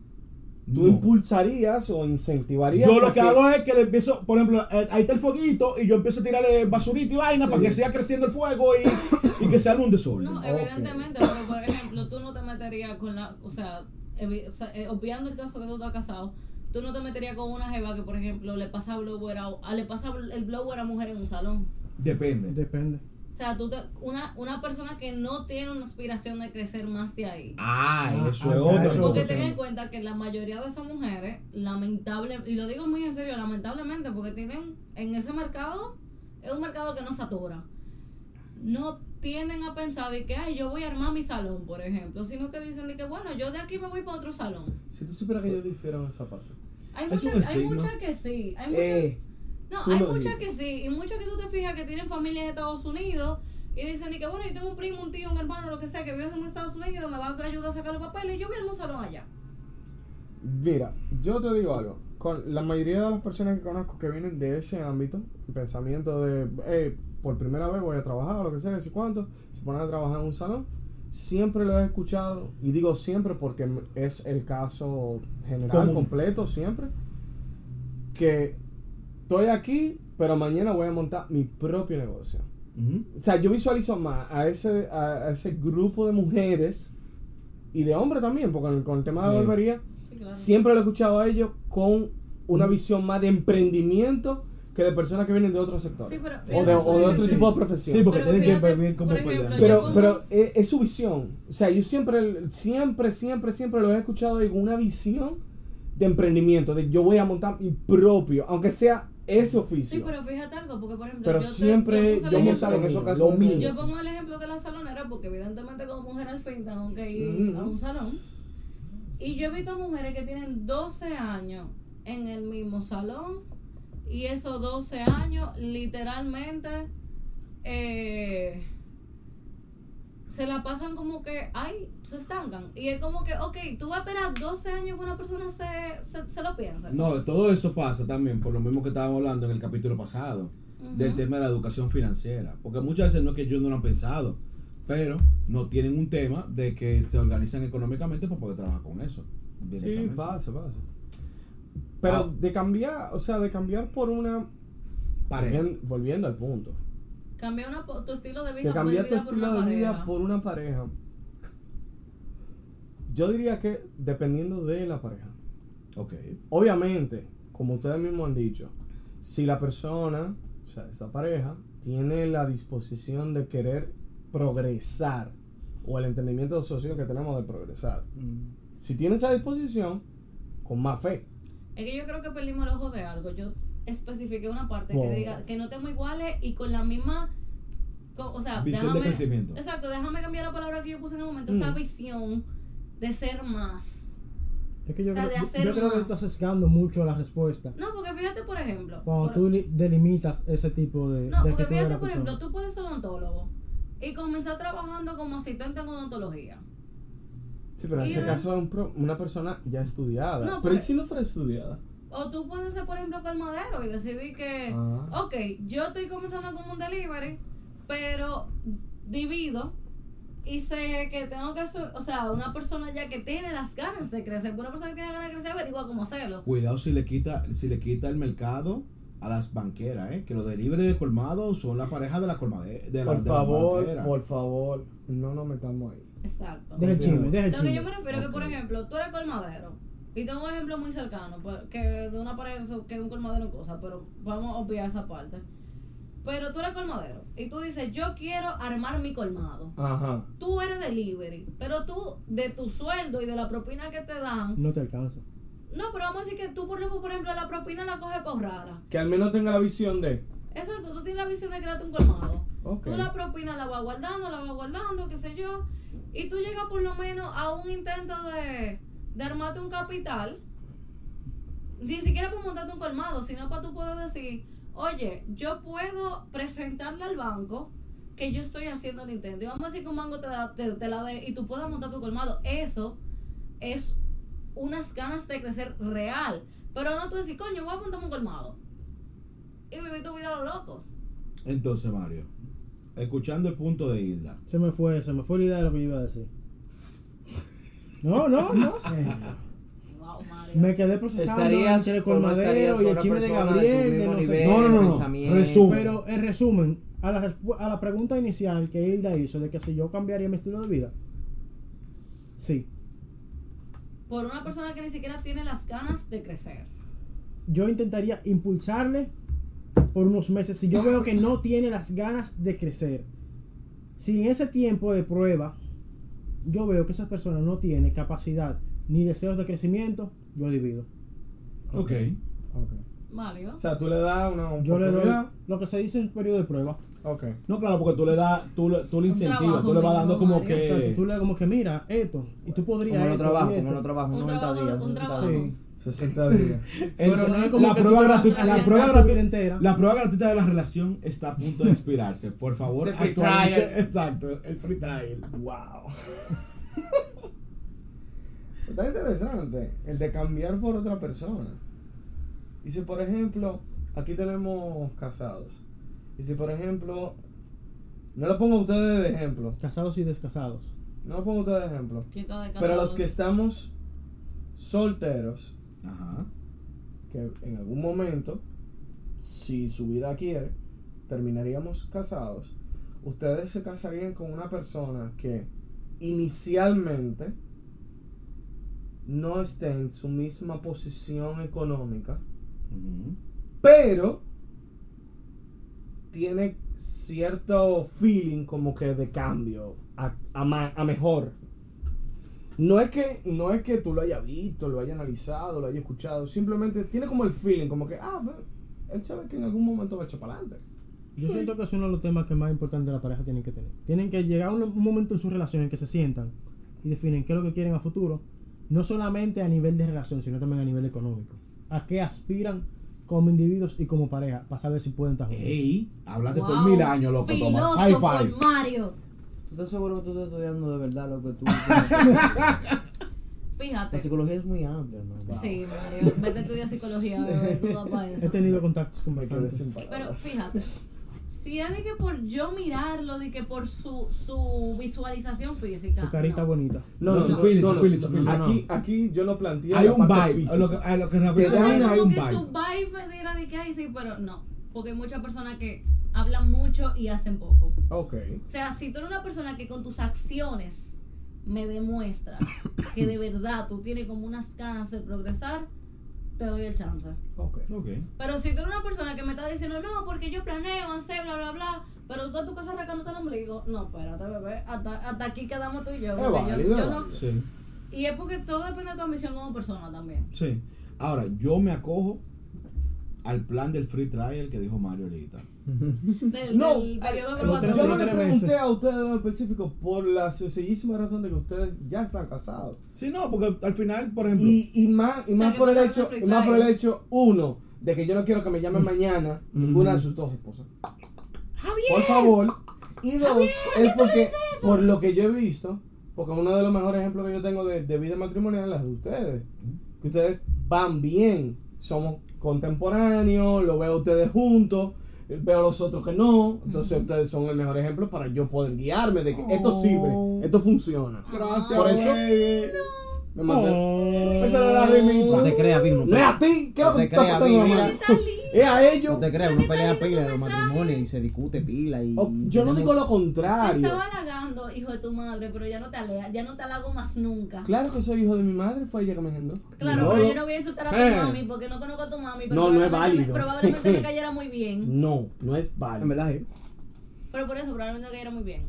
Speaker 6: Tú
Speaker 2: No.
Speaker 6: impulsarías o incentivarías.
Speaker 2: Yo
Speaker 6: a
Speaker 2: lo que hago es que le empiezo, por ejemplo, eh, ahí está el foguito y yo empiezo a tirarle basurita y vaina para que siga creciendo el fuego y, y que sea un desorden.
Speaker 3: No, evidentemente, pero por ejemplo, tú no te meterías con la. O sea, evi- o sea, eh, obviando el caso que tú estás casado, tú no te meterías con una jeva que, por ejemplo, le pasa, blower a, a- le pasa bl- el blower a mujer en un salón.
Speaker 2: Depende.
Speaker 5: Depende.
Speaker 3: O sea, tú te- una, una persona que no tiene una aspiración de crecer más de ahí.
Speaker 2: Ah, eso
Speaker 5: Ah,
Speaker 2: es
Speaker 5: ya,
Speaker 2: otra
Speaker 5: eso-
Speaker 2: cosa.
Speaker 3: Porque ten en cuenta que la mayoría de esas mujeres, lamentable, y lo digo muy en serio, lamentablemente, porque tienen en ese mercado, es un mercado que no satura. No tienden a pensar de que, ay, yo voy a armar mi salón, por ejemplo, sino que dicen de que, bueno, yo de aquí me voy para otro salón.
Speaker 6: Si tú supieras que yo difiero en esa parte.
Speaker 3: Hay
Speaker 2: Es un
Speaker 3: muchas, hay
Speaker 2: estigma.
Speaker 3: muchas que sí, hay muchas,
Speaker 6: Eh,
Speaker 3: no,
Speaker 6: tú
Speaker 3: hay
Speaker 6: lo
Speaker 3: muchas
Speaker 6: dices.
Speaker 3: que sí, y muchas que tú te fijas que tienen familia en Estados Unidos y dicen de que, bueno, yo tengo un primo, un tío, un hermano, lo que sea, que vive en Estados Unidos, me va a ayudar a sacar los papeles, y yo voy a armar un salón allá.
Speaker 6: Mira, yo te digo algo. Con la mayoría de las personas que conozco que vienen de ese ámbito, el pensamiento de, "Hey, por primera vez voy a trabajar, o lo que sea, que sé cuánto, se ponen a trabajar en un salón, siempre lo he escuchado, y digo siempre porque m- es el caso general,
Speaker 2: Común.
Speaker 6: completo, siempre, que estoy aquí, pero mañana voy a montar mi propio negocio.
Speaker 2: Ujú.
Speaker 6: O sea, yo visualizo más a ese, a, a ese grupo de mujeres y de hombres también, porque con, con el tema de la
Speaker 4: Sí.
Speaker 6: barbería,
Speaker 3: Sí, claro.
Speaker 6: siempre lo he escuchado a ellos con una visión más de emprendimiento que de personas que vienen de otros sectores.
Speaker 3: Sí, pero
Speaker 6: o de,
Speaker 3: fíjate,
Speaker 6: o de otro
Speaker 2: Sí.
Speaker 6: tipo de profesión.
Speaker 2: Sí, porque
Speaker 3: Pero
Speaker 2: tienen que
Speaker 3: fíjate,
Speaker 2: ver cómo
Speaker 3: por ejemplo,
Speaker 2: pelear.
Speaker 3: yo
Speaker 6: pero
Speaker 3: como-
Speaker 6: pero es, es su visión. O sea, yo siempre, siempre, siempre, siempre lo he escuchado ahí con una visión de emprendimiento, de yo voy a montar mi propio, aunque sea ese oficio.
Speaker 3: Sí, pero fíjate algo, porque por ejemplo,
Speaker 6: Pero
Speaker 3: yo te-
Speaker 6: siempre
Speaker 3: yo, puse el ejemplo-
Speaker 6: yo monto en esos
Speaker 4: mío,
Speaker 6: casos
Speaker 4: lo
Speaker 6: de-
Speaker 4: mío.
Speaker 3: yo pongo el ejemplo de la salonera, porque evidentemente como mujer al fin tengo que ir a
Speaker 6: Ujú.
Speaker 3: un salón. Y yo he visto mujeres que tienen 12 años en el mismo salón, y esos 12 años literalmente eh, se la pasan como que, ay, se estancan. Y es como que, ok, tú vas a esperar 12 años que una persona se, se, se lo piense.
Speaker 2: No, todo eso pasa también por lo mismo que estábamos hablando en el capítulo pasado,
Speaker 3: Ujú.
Speaker 2: del tema de la educación financiera. Porque muchas veces no es que ellos no lo han pensado, pero no tienen un tema de que se organizan económicamente para poder trabajar con eso.
Speaker 6: Sí,
Speaker 2: directamente.
Speaker 6: pasa, pasa. Pero
Speaker 2: Ah.
Speaker 6: de cambiar, o sea, de cambiar por una.
Speaker 2: Pareja.
Speaker 6: Volviendo, volviendo al punto.
Speaker 3: Cambia una, po- tu estilo de vida.
Speaker 6: De
Speaker 3: por vida
Speaker 6: cambiar tu
Speaker 3: por
Speaker 6: estilo
Speaker 3: una
Speaker 6: de vida
Speaker 3: pareja.
Speaker 6: por una pareja. Yo diría que dependiendo de la pareja.
Speaker 2: Ok.
Speaker 6: Obviamente, como ustedes mismos han dicho, si la persona, o sea, esa pareja, tiene la disposición de querer progresar o el entendimiento socio que tenemos de progresar. Si tiene esa disposición, con más fe.
Speaker 3: Es que yo creo que perdimos el ojo de algo. Yo especifiqué una parte
Speaker 6: Wow.
Speaker 3: que diga que no tenemos iguales y con la misma. con- o sea,
Speaker 2: Visión de
Speaker 3: Ah, déjame.
Speaker 2: crecimiento.
Speaker 3: Exacto, déjame cambiar la palabra que yo puse en el momento. Esa visión de ser más.
Speaker 5: Es que yo,
Speaker 3: O sea, de
Speaker 5: creo,
Speaker 3: hacer
Speaker 5: yo creo que
Speaker 3: más.
Speaker 5: estás sesgando mucho la respuesta.
Speaker 3: No, porque fíjate, por ejemplo.
Speaker 5: Cuando
Speaker 3: por-
Speaker 5: tú li- delimitas ese tipo de,
Speaker 3: No,
Speaker 5: de
Speaker 3: porque
Speaker 5: actitud de
Speaker 3: fíjate,
Speaker 5: la
Speaker 3: por
Speaker 5: persona.
Speaker 3: ejemplo, tú puedes ser odontólogo y comenzar trabajando como asistente en odontología.
Speaker 6: Sí, pero en
Speaker 3: Y
Speaker 6: ese
Speaker 3: no-
Speaker 6: caso es un pro- una persona ya estudiada.
Speaker 3: No,
Speaker 6: pero ¿y
Speaker 3: porque-
Speaker 6: si no fuera estudiada?
Speaker 3: O tú puedes ser, por ejemplo, colmadero y decidir que,
Speaker 6: Ah.
Speaker 3: ok, yo estoy comenzando como un delivery, pero divido y sé que tengo que, su- o sea, una persona ya que tiene las ganas de crecer, una persona que tiene ganas de crecer averigua cómo hacerlo.
Speaker 2: Cuidado si le quita, si le quita el mercado a las banqueras, ¿eh? que los delivery de colmado son la pareja de las colmaderas. De la-
Speaker 6: Por
Speaker 2: de las
Speaker 6: favor,
Speaker 2: banqueras.
Speaker 6: por favor, no nos metamos ahí.
Speaker 3: Exacto.
Speaker 5: Deja el chisme, deja el
Speaker 3: Lo que yo
Speaker 5: chisme.
Speaker 3: me refiero es que, por ejemplo, tú eres colmadero. Y tengo un ejemplo muy cercano, pues, que de una pareja que se- que es un colmadero en cosa, pero vamos a obviar esa parte. Pero tú eres colmadero y tú dices, yo quiero armar mi colmado.
Speaker 6: Ajá.
Speaker 3: Tú eres delivery, pero tú, de tu sueldo y de la propina que te dan,
Speaker 5: No te alcanza.
Speaker 3: no, pero vamos a decir que tú, por ejemplo, por ejemplo la propina la coges por rara.
Speaker 6: Que al menos tenga la visión de.
Speaker 3: Exacto, tú tienes la visión de crearte un colmado.
Speaker 6: Ok.
Speaker 3: Tú la propina la vas guardando, la vas guardando, qué sé yo. Y tú llegas por lo menos a un intento de, de armarte un capital. Ni siquiera para montarte un colmado, sino para tú poder decir, oye, yo puedo presentarle al banco que yo estoy haciendo el intento. Y vamos a decir que un banco te, da- te, te la dé y tú puedas montar tu colmado. Eso es unas ganas de crecer real. Pero no tú decís, coño, voy a montarme un colmado. Y vivir tu vida a lo loco.
Speaker 2: Entonces, Mario, escuchando el punto de Hilda,
Speaker 5: Se me fue, se me fue la idea de lo que yo iba a decir. No, no, no.
Speaker 3: Wow, madre.
Speaker 5: Me quedé procesando
Speaker 4: Estarías
Speaker 5: entre el
Speaker 4: o no estarías
Speaker 5: colmadero y
Speaker 4: con
Speaker 5: el
Speaker 4: una
Speaker 5: chisme de
Speaker 4: persona tu
Speaker 5: Gabriel, de
Speaker 4: mismo
Speaker 5: no sé
Speaker 4: nivel,
Speaker 5: qué.
Speaker 2: No, no, no, no.
Speaker 4: pensamiento.
Speaker 2: Resumen.
Speaker 5: Pero en resumen, a la, respu- a la pregunta inicial que Hilda hizo de que si yo cambiaría mi estilo de vida, sí.
Speaker 3: Por una persona que ni siquiera tiene las ganas de crecer.
Speaker 5: Yo intentaría impulsarle por unos meses si yo veo que no tiene las ganas de crecer. Si en ese tiempo de prueba yo veo que esa persona no tiene capacidad ni deseos de crecimiento, yo divido.
Speaker 2: ok,
Speaker 3: Mario.
Speaker 6: O sea, tú le das una
Speaker 5: Yo le doy
Speaker 6: oportunidad.
Speaker 5: lo que se dice en periodo de prueba.
Speaker 6: Ok.
Speaker 2: No, claro, porque tú le das, tú, le- tú le
Speaker 3: Un
Speaker 2: incentivas,
Speaker 3: trabajo
Speaker 2: tú le vas dando como
Speaker 3: mínimo, Mario.
Speaker 5: O sea,
Speaker 2: que
Speaker 5: tú le das como que mira esto y tú podrías
Speaker 4: Como no
Speaker 5: esto,
Speaker 4: trabajo,
Speaker 5: y
Speaker 4: como no
Speaker 5: esto.
Speaker 4: trabajo,
Speaker 3: Un
Speaker 4: 90
Speaker 3: trabajo,
Speaker 4: días.
Speaker 3: un
Speaker 4: 60
Speaker 3: trabajo.
Speaker 4: días.
Speaker 5: Sí.
Speaker 6: 60 días.
Speaker 2: El-
Speaker 5: Pero no es como
Speaker 2: la
Speaker 5: que
Speaker 2: prueba
Speaker 5: tú te vas
Speaker 2: gratuita,
Speaker 5: a
Speaker 2: la
Speaker 5: arriesgar
Speaker 2: prueba
Speaker 5: tu vida
Speaker 2: gratuita,
Speaker 5: entera.
Speaker 2: la prueba gratuita de la relación está a punto de expirarse. Por favor,
Speaker 1: Es el free
Speaker 2: actualice-
Speaker 1: trial.
Speaker 2: Exacto, el free trial.
Speaker 6: Wow. Está interesante el de cambiar por otra persona. Y si, por ejemplo, aquí tenemos casados. Y si, por ejemplo, no lo pongo a ustedes de ejemplo.
Speaker 5: Casados y descasados.
Speaker 6: No lo pongo a ustedes de ejemplo.
Speaker 3: ¿Quién está de
Speaker 6: Pero
Speaker 3: casado?
Speaker 6: los que estamos solteros,
Speaker 2: Ajá.
Speaker 6: que en algún momento, si su vida quiere, terminaríamos casados, ustedes se casarían con una persona que inicialmente no esté en su misma posición económica,
Speaker 2: Ujú.
Speaker 6: pero tiene cierto feeling como que de cambio a, a ma- a mejor. No es, que, no es que tú lo hayas visto, lo hayas analizado, lo hayas escuchado. Simplemente tiene como el feeling, como que, ah, bueno, él sabe que en algún momento va a echar para adelante.
Speaker 5: Yo siento que es uno de los temas que más importante la pareja tienen que tener. Tienen que llegar a un, un momento en su relación en que se sientan y definen qué es lo que quieren a futuro, no solamente a nivel de relación, sino también a nivel económico. A qué aspiran como individuos y como pareja, para saber si pueden estar juntos.
Speaker 2: Ey, háblate
Speaker 3: Wow,
Speaker 2: por mil años, loco, toma. High
Speaker 3: filósofo,
Speaker 2: five.
Speaker 3: Mario.
Speaker 4: ¿Tú estás seguro que tú estás estudiando de verdad lo que tú... la
Speaker 3: Fíjate.
Speaker 4: psicología es muy amplia, hermano.
Speaker 3: Sí, Mario. Vete a estudiar psicología, bebé. Tú das para
Speaker 5: He
Speaker 3: eso.
Speaker 5: tenido contactos con
Speaker 6: Me quedé
Speaker 5: bastantes.
Speaker 6: sin
Speaker 3: Pero
Speaker 6: palabras.
Speaker 3: fíjate, si es de que por yo mirarlo, de que por su, su visualización física.
Speaker 5: Su carita
Speaker 3: Ah, no.
Speaker 5: bonita.
Speaker 6: No, no,
Speaker 2: No,
Speaker 6: no,
Speaker 2: su feeling,
Speaker 6: no,
Speaker 2: su
Speaker 6: no,
Speaker 2: feeling, su
Speaker 6: no,
Speaker 2: feeling.
Speaker 6: Aquí, aquí yo lo planteé.
Speaker 2: Hay
Speaker 6: la
Speaker 2: un
Speaker 6: parte
Speaker 2: vibe.
Speaker 6: física.
Speaker 2: A lo que, a lo que
Speaker 3: O
Speaker 2: Rafael
Speaker 3: sea,
Speaker 2: dice, hay
Speaker 3: como
Speaker 2: un
Speaker 3: que su
Speaker 2: vibe.
Speaker 3: vibe me dirá de que ay, sí, pero no. Porque hay muchas personas que hablan mucho y hacen poco.
Speaker 6: Ok.
Speaker 3: O sea, si tú eres una persona que con tus acciones me demuestras que de verdad tú tienes como unas ganas de progresar, te doy el chance.
Speaker 6: Ok.
Speaker 2: Ok.
Speaker 3: Pero si tú eres una persona que me está diciendo, no, porque yo planeo, hacer, bla, bla, bla, pero todas tus cosas arrancándote el ombligo, no, espérate, bebé, hasta, hasta aquí quedamos tú y yo.
Speaker 6: Es
Speaker 3: porque yo- yo
Speaker 6: válido, es
Speaker 3: no-
Speaker 6: válido.
Speaker 2: Sí,
Speaker 3: y es porque todo depende de tu ambición como persona también.
Speaker 2: sí. Ahora, yo me acojo al plan del free trial que dijo Mario ahorita.
Speaker 3: Del,
Speaker 6: No, eh,
Speaker 3: del periodo
Speaker 5: pero yo
Speaker 3: probatorio.
Speaker 6: Yo le
Speaker 5: Tres
Speaker 6: pregunté
Speaker 5: veces.
Speaker 6: a ustedes en específico por la sencillísima razón de que ustedes ya están casados.
Speaker 2: Sí, no, porque al final, por ejemplo.
Speaker 6: Y, y más, y
Speaker 3: O sea,
Speaker 6: más
Speaker 3: que
Speaker 6: por el
Speaker 3: pasaron
Speaker 6: hecho,
Speaker 3: los
Speaker 6: y más por el
Speaker 3: free
Speaker 6: hecho, uno, de que yo no quiero que me llamen mañana ninguna de sus dos esposas. Por favor. Y dos, es porque, por lo que yo he visto, porque uno de los mejores ejemplos que yo tengo de, de vida matrimonial es la de ustedes. Que ustedes van bien, somos contemporáneos, lo veo a ustedes juntos, veo a los otros que no. Entonces ustedes son el mejor ejemplo para yo poder guiarme de que
Speaker 3: Oh.
Speaker 6: esto sirve, esto funciona.
Speaker 2: Gracias,
Speaker 6: Por eso-
Speaker 2: baby.
Speaker 3: Oh.
Speaker 6: Me mandé-
Speaker 2: Esa era la rimita.
Speaker 4: No te creas, Big, no
Speaker 6: No es a
Speaker 4: te-
Speaker 6: ti, ¿qué es lo
Speaker 4: No
Speaker 6: que
Speaker 4: te
Speaker 6: está
Speaker 4: creas,
Speaker 6: pasando?
Speaker 4: mira.
Speaker 6: mamá?
Speaker 3: Está lindo.
Speaker 6: Es a ellos.
Speaker 4: no te creas,
Speaker 3: Pero
Speaker 4: uno
Speaker 3: qué
Speaker 4: pelea
Speaker 3: tal
Speaker 4: pila
Speaker 3: tu
Speaker 4: de
Speaker 3: mensaje.
Speaker 4: matrimonio y se discute pila y...
Speaker 6: Oh, yo no
Speaker 4: tenemos-
Speaker 6: digo lo
Speaker 3: Te
Speaker 6: contrario.
Speaker 3: estaba halagando, hijo de tu madre, pero ya no te alea, ya no te halago más nunca.
Speaker 6: Claro que soy hijo de mi madre, fue ella que me engendró.
Speaker 3: Claro,
Speaker 6: no,
Speaker 3: pero yo no voy a insultar a tu
Speaker 6: Eh.
Speaker 3: mami porque no conozco a tu mami, pero
Speaker 6: No, no
Speaker 3: probablemente,
Speaker 6: es
Speaker 3: me,
Speaker 6: válido. Mm.
Speaker 3: probablemente me cayera muy bien.
Speaker 6: no, no es
Speaker 4: En
Speaker 6: válido.
Speaker 4: verdad, eh. sí.
Speaker 3: Pero por eso probablemente me cayera muy bien.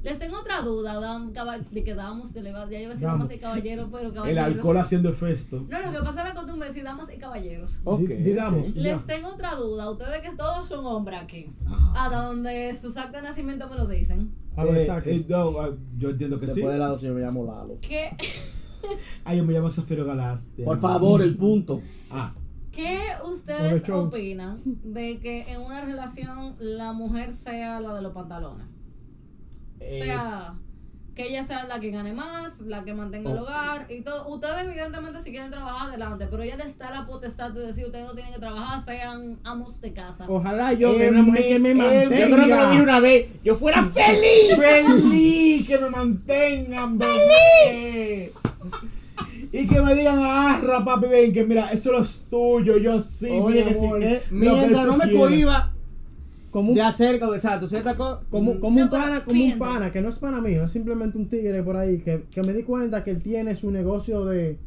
Speaker 3: Les tengo otra duda, dam, caba- de que damos, que le va, ya iba a decir damas y caballeros, pero
Speaker 2: El
Speaker 3: caballeros.
Speaker 2: alcohol haciendo efecto.
Speaker 3: No, lo que pasa es la costumbre de decir damas y caballeros.
Speaker 6: Ok,
Speaker 5: Di- digamos, ya.
Speaker 3: Les tengo otra duda, ustedes que todos son hombres aquí,
Speaker 2: Ajá.
Speaker 3: hasta donde sus actos de nacimiento me lo dicen.
Speaker 5: A ver,
Speaker 2: Eh,
Speaker 5: saque.
Speaker 2: eh, no, ah, yo entiendo que
Speaker 4: Después
Speaker 2: sí.
Speaker 4: de la 12 yo me llamo Lalo.
Speaker 3: ¿Qué,
Speaker 2: Ah, yo me llamo Zafiro Galaste.
Speaker 6: Por favor, el punto.
Speaker 2: Ah,
Speaker 3: ¿Qué ustedes
Speaker 5: Lechón.
Speaker 3: opinan de que en una
Speaker 5: Eh,
Speaker 6: Eh,
Speaker 3: relación la mujer sea la de los pantalones? o sea, que ella sea la que gane más, la que mantenga el hogar y todo. Ustedes evidentemente si quieren trabajar adelante, pero ella les da la potestad de decir ustedes no tienen que trabajar, sean amos de casa.
Speaker 5: Ojalá yo tenga una mujer que me
Speaker 1: Eh, Yo creo que lo dije
Speaker 5: mantenga.
Speaker 1: una vez. Yo fuera feliz.
Speaker 2: Mm. ¡Feliz! ¡Que me mantengan, bebé! Y que me digan, arra, papi, ven, que mira, eso no es tuyo, yo sí,
Speaker 1: Oye,
Speaker 2: mi
Speaker 1: que sí,
Speaker 2: amor,
Speaker 1: eh,
Speaker 2: lo que
Speaker 4: Mientras
Speaker 2: tú
Speaker 4: no me
Speaker 2: quieras".
Speaker 4: cohiba
Speaker 5: Como
Speaker 4: de
Speaker 5: un,
Speaker 4: hacer, o sea, tú ciertas cosas.
Speaker 5: como, como un
Speaker 3: No, pero
Speaker 5: pana, como un
Speaker 3: fíjense.
Speaker 5: pana, que no es pana mío, es simplemente un tigre por ahí, que, que me di cuenta que él tiene su negocio de,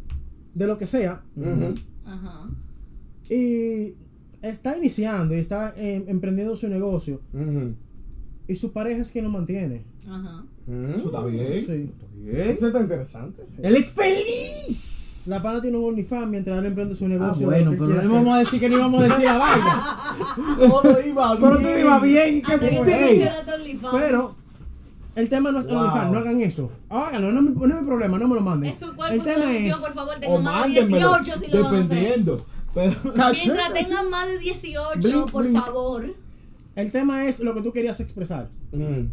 Speaker 5: de lo que sea,
Speaker 6: Ujú.
Speaker 3: Ajá.
Speaker 5: y está iniciando y está eh, emprendiendo su negocio,
Speaker 6: Ujú.
Speaker 5: y su pareja es quien lo mantiene.
Speaker 3: Ajá.
Speaker 2: Eso está bien.
Speaker 5: Sí.
Speaker 6: Eso está interesante.
Speaker 4: Él es feliz.
Speaker 5: La pana tiene un OnlyFans mientras él emprende su
Speaker 4: Ah,
Speaker 5: negocio.
Speaker 4: bueno,
Speaker 5: lo que
Speaker 4: pero
Speaker 5: quiere
Speaker 4: no
Speaker 5: hacer.
Speaker 4: vamos a decir que no íbamos a decir la vaina.
Speaker 2: Todo Ah, iba bien.
Speaker 1: Pero tú iba bien. ¿Qué
Speaker 3: Hasta que
Speaker 1: fue?
Speaker 3: tú
Speaker 2: Ey,
Speaker 3: hicieras tu OnlyFans.
Speaker 5: Pero el tema no es el
Speaker 2: Wow.
Speaker 5: OnlyFans, no hagan eso. Háganlo, no, es mi- no es mi problema, no me lo manden.
Speaker 3: Es su cuerpo,
Speaker 5: el
Speaker 3: su
Speaker 5: tema
Speaker 3: decisión,
Speaker 5: es,
Speaker 3: por favor,
Speaker 2: O
Speaker 3: tengan más de
Speaker 2: mándenmelo,
Speaker 3: 18 si lo van a hacer.
Speaker 2: dependiendo. Pero,
Speaker 3: Mientras tengan más de 18,
Speaker 5: Blink,
Speaker 3: por
Speaker 5: blink.
Speaker 3: favor.
Speaker 5: el tema es lo que tú querías expresar.
Speaker 6: Ujú.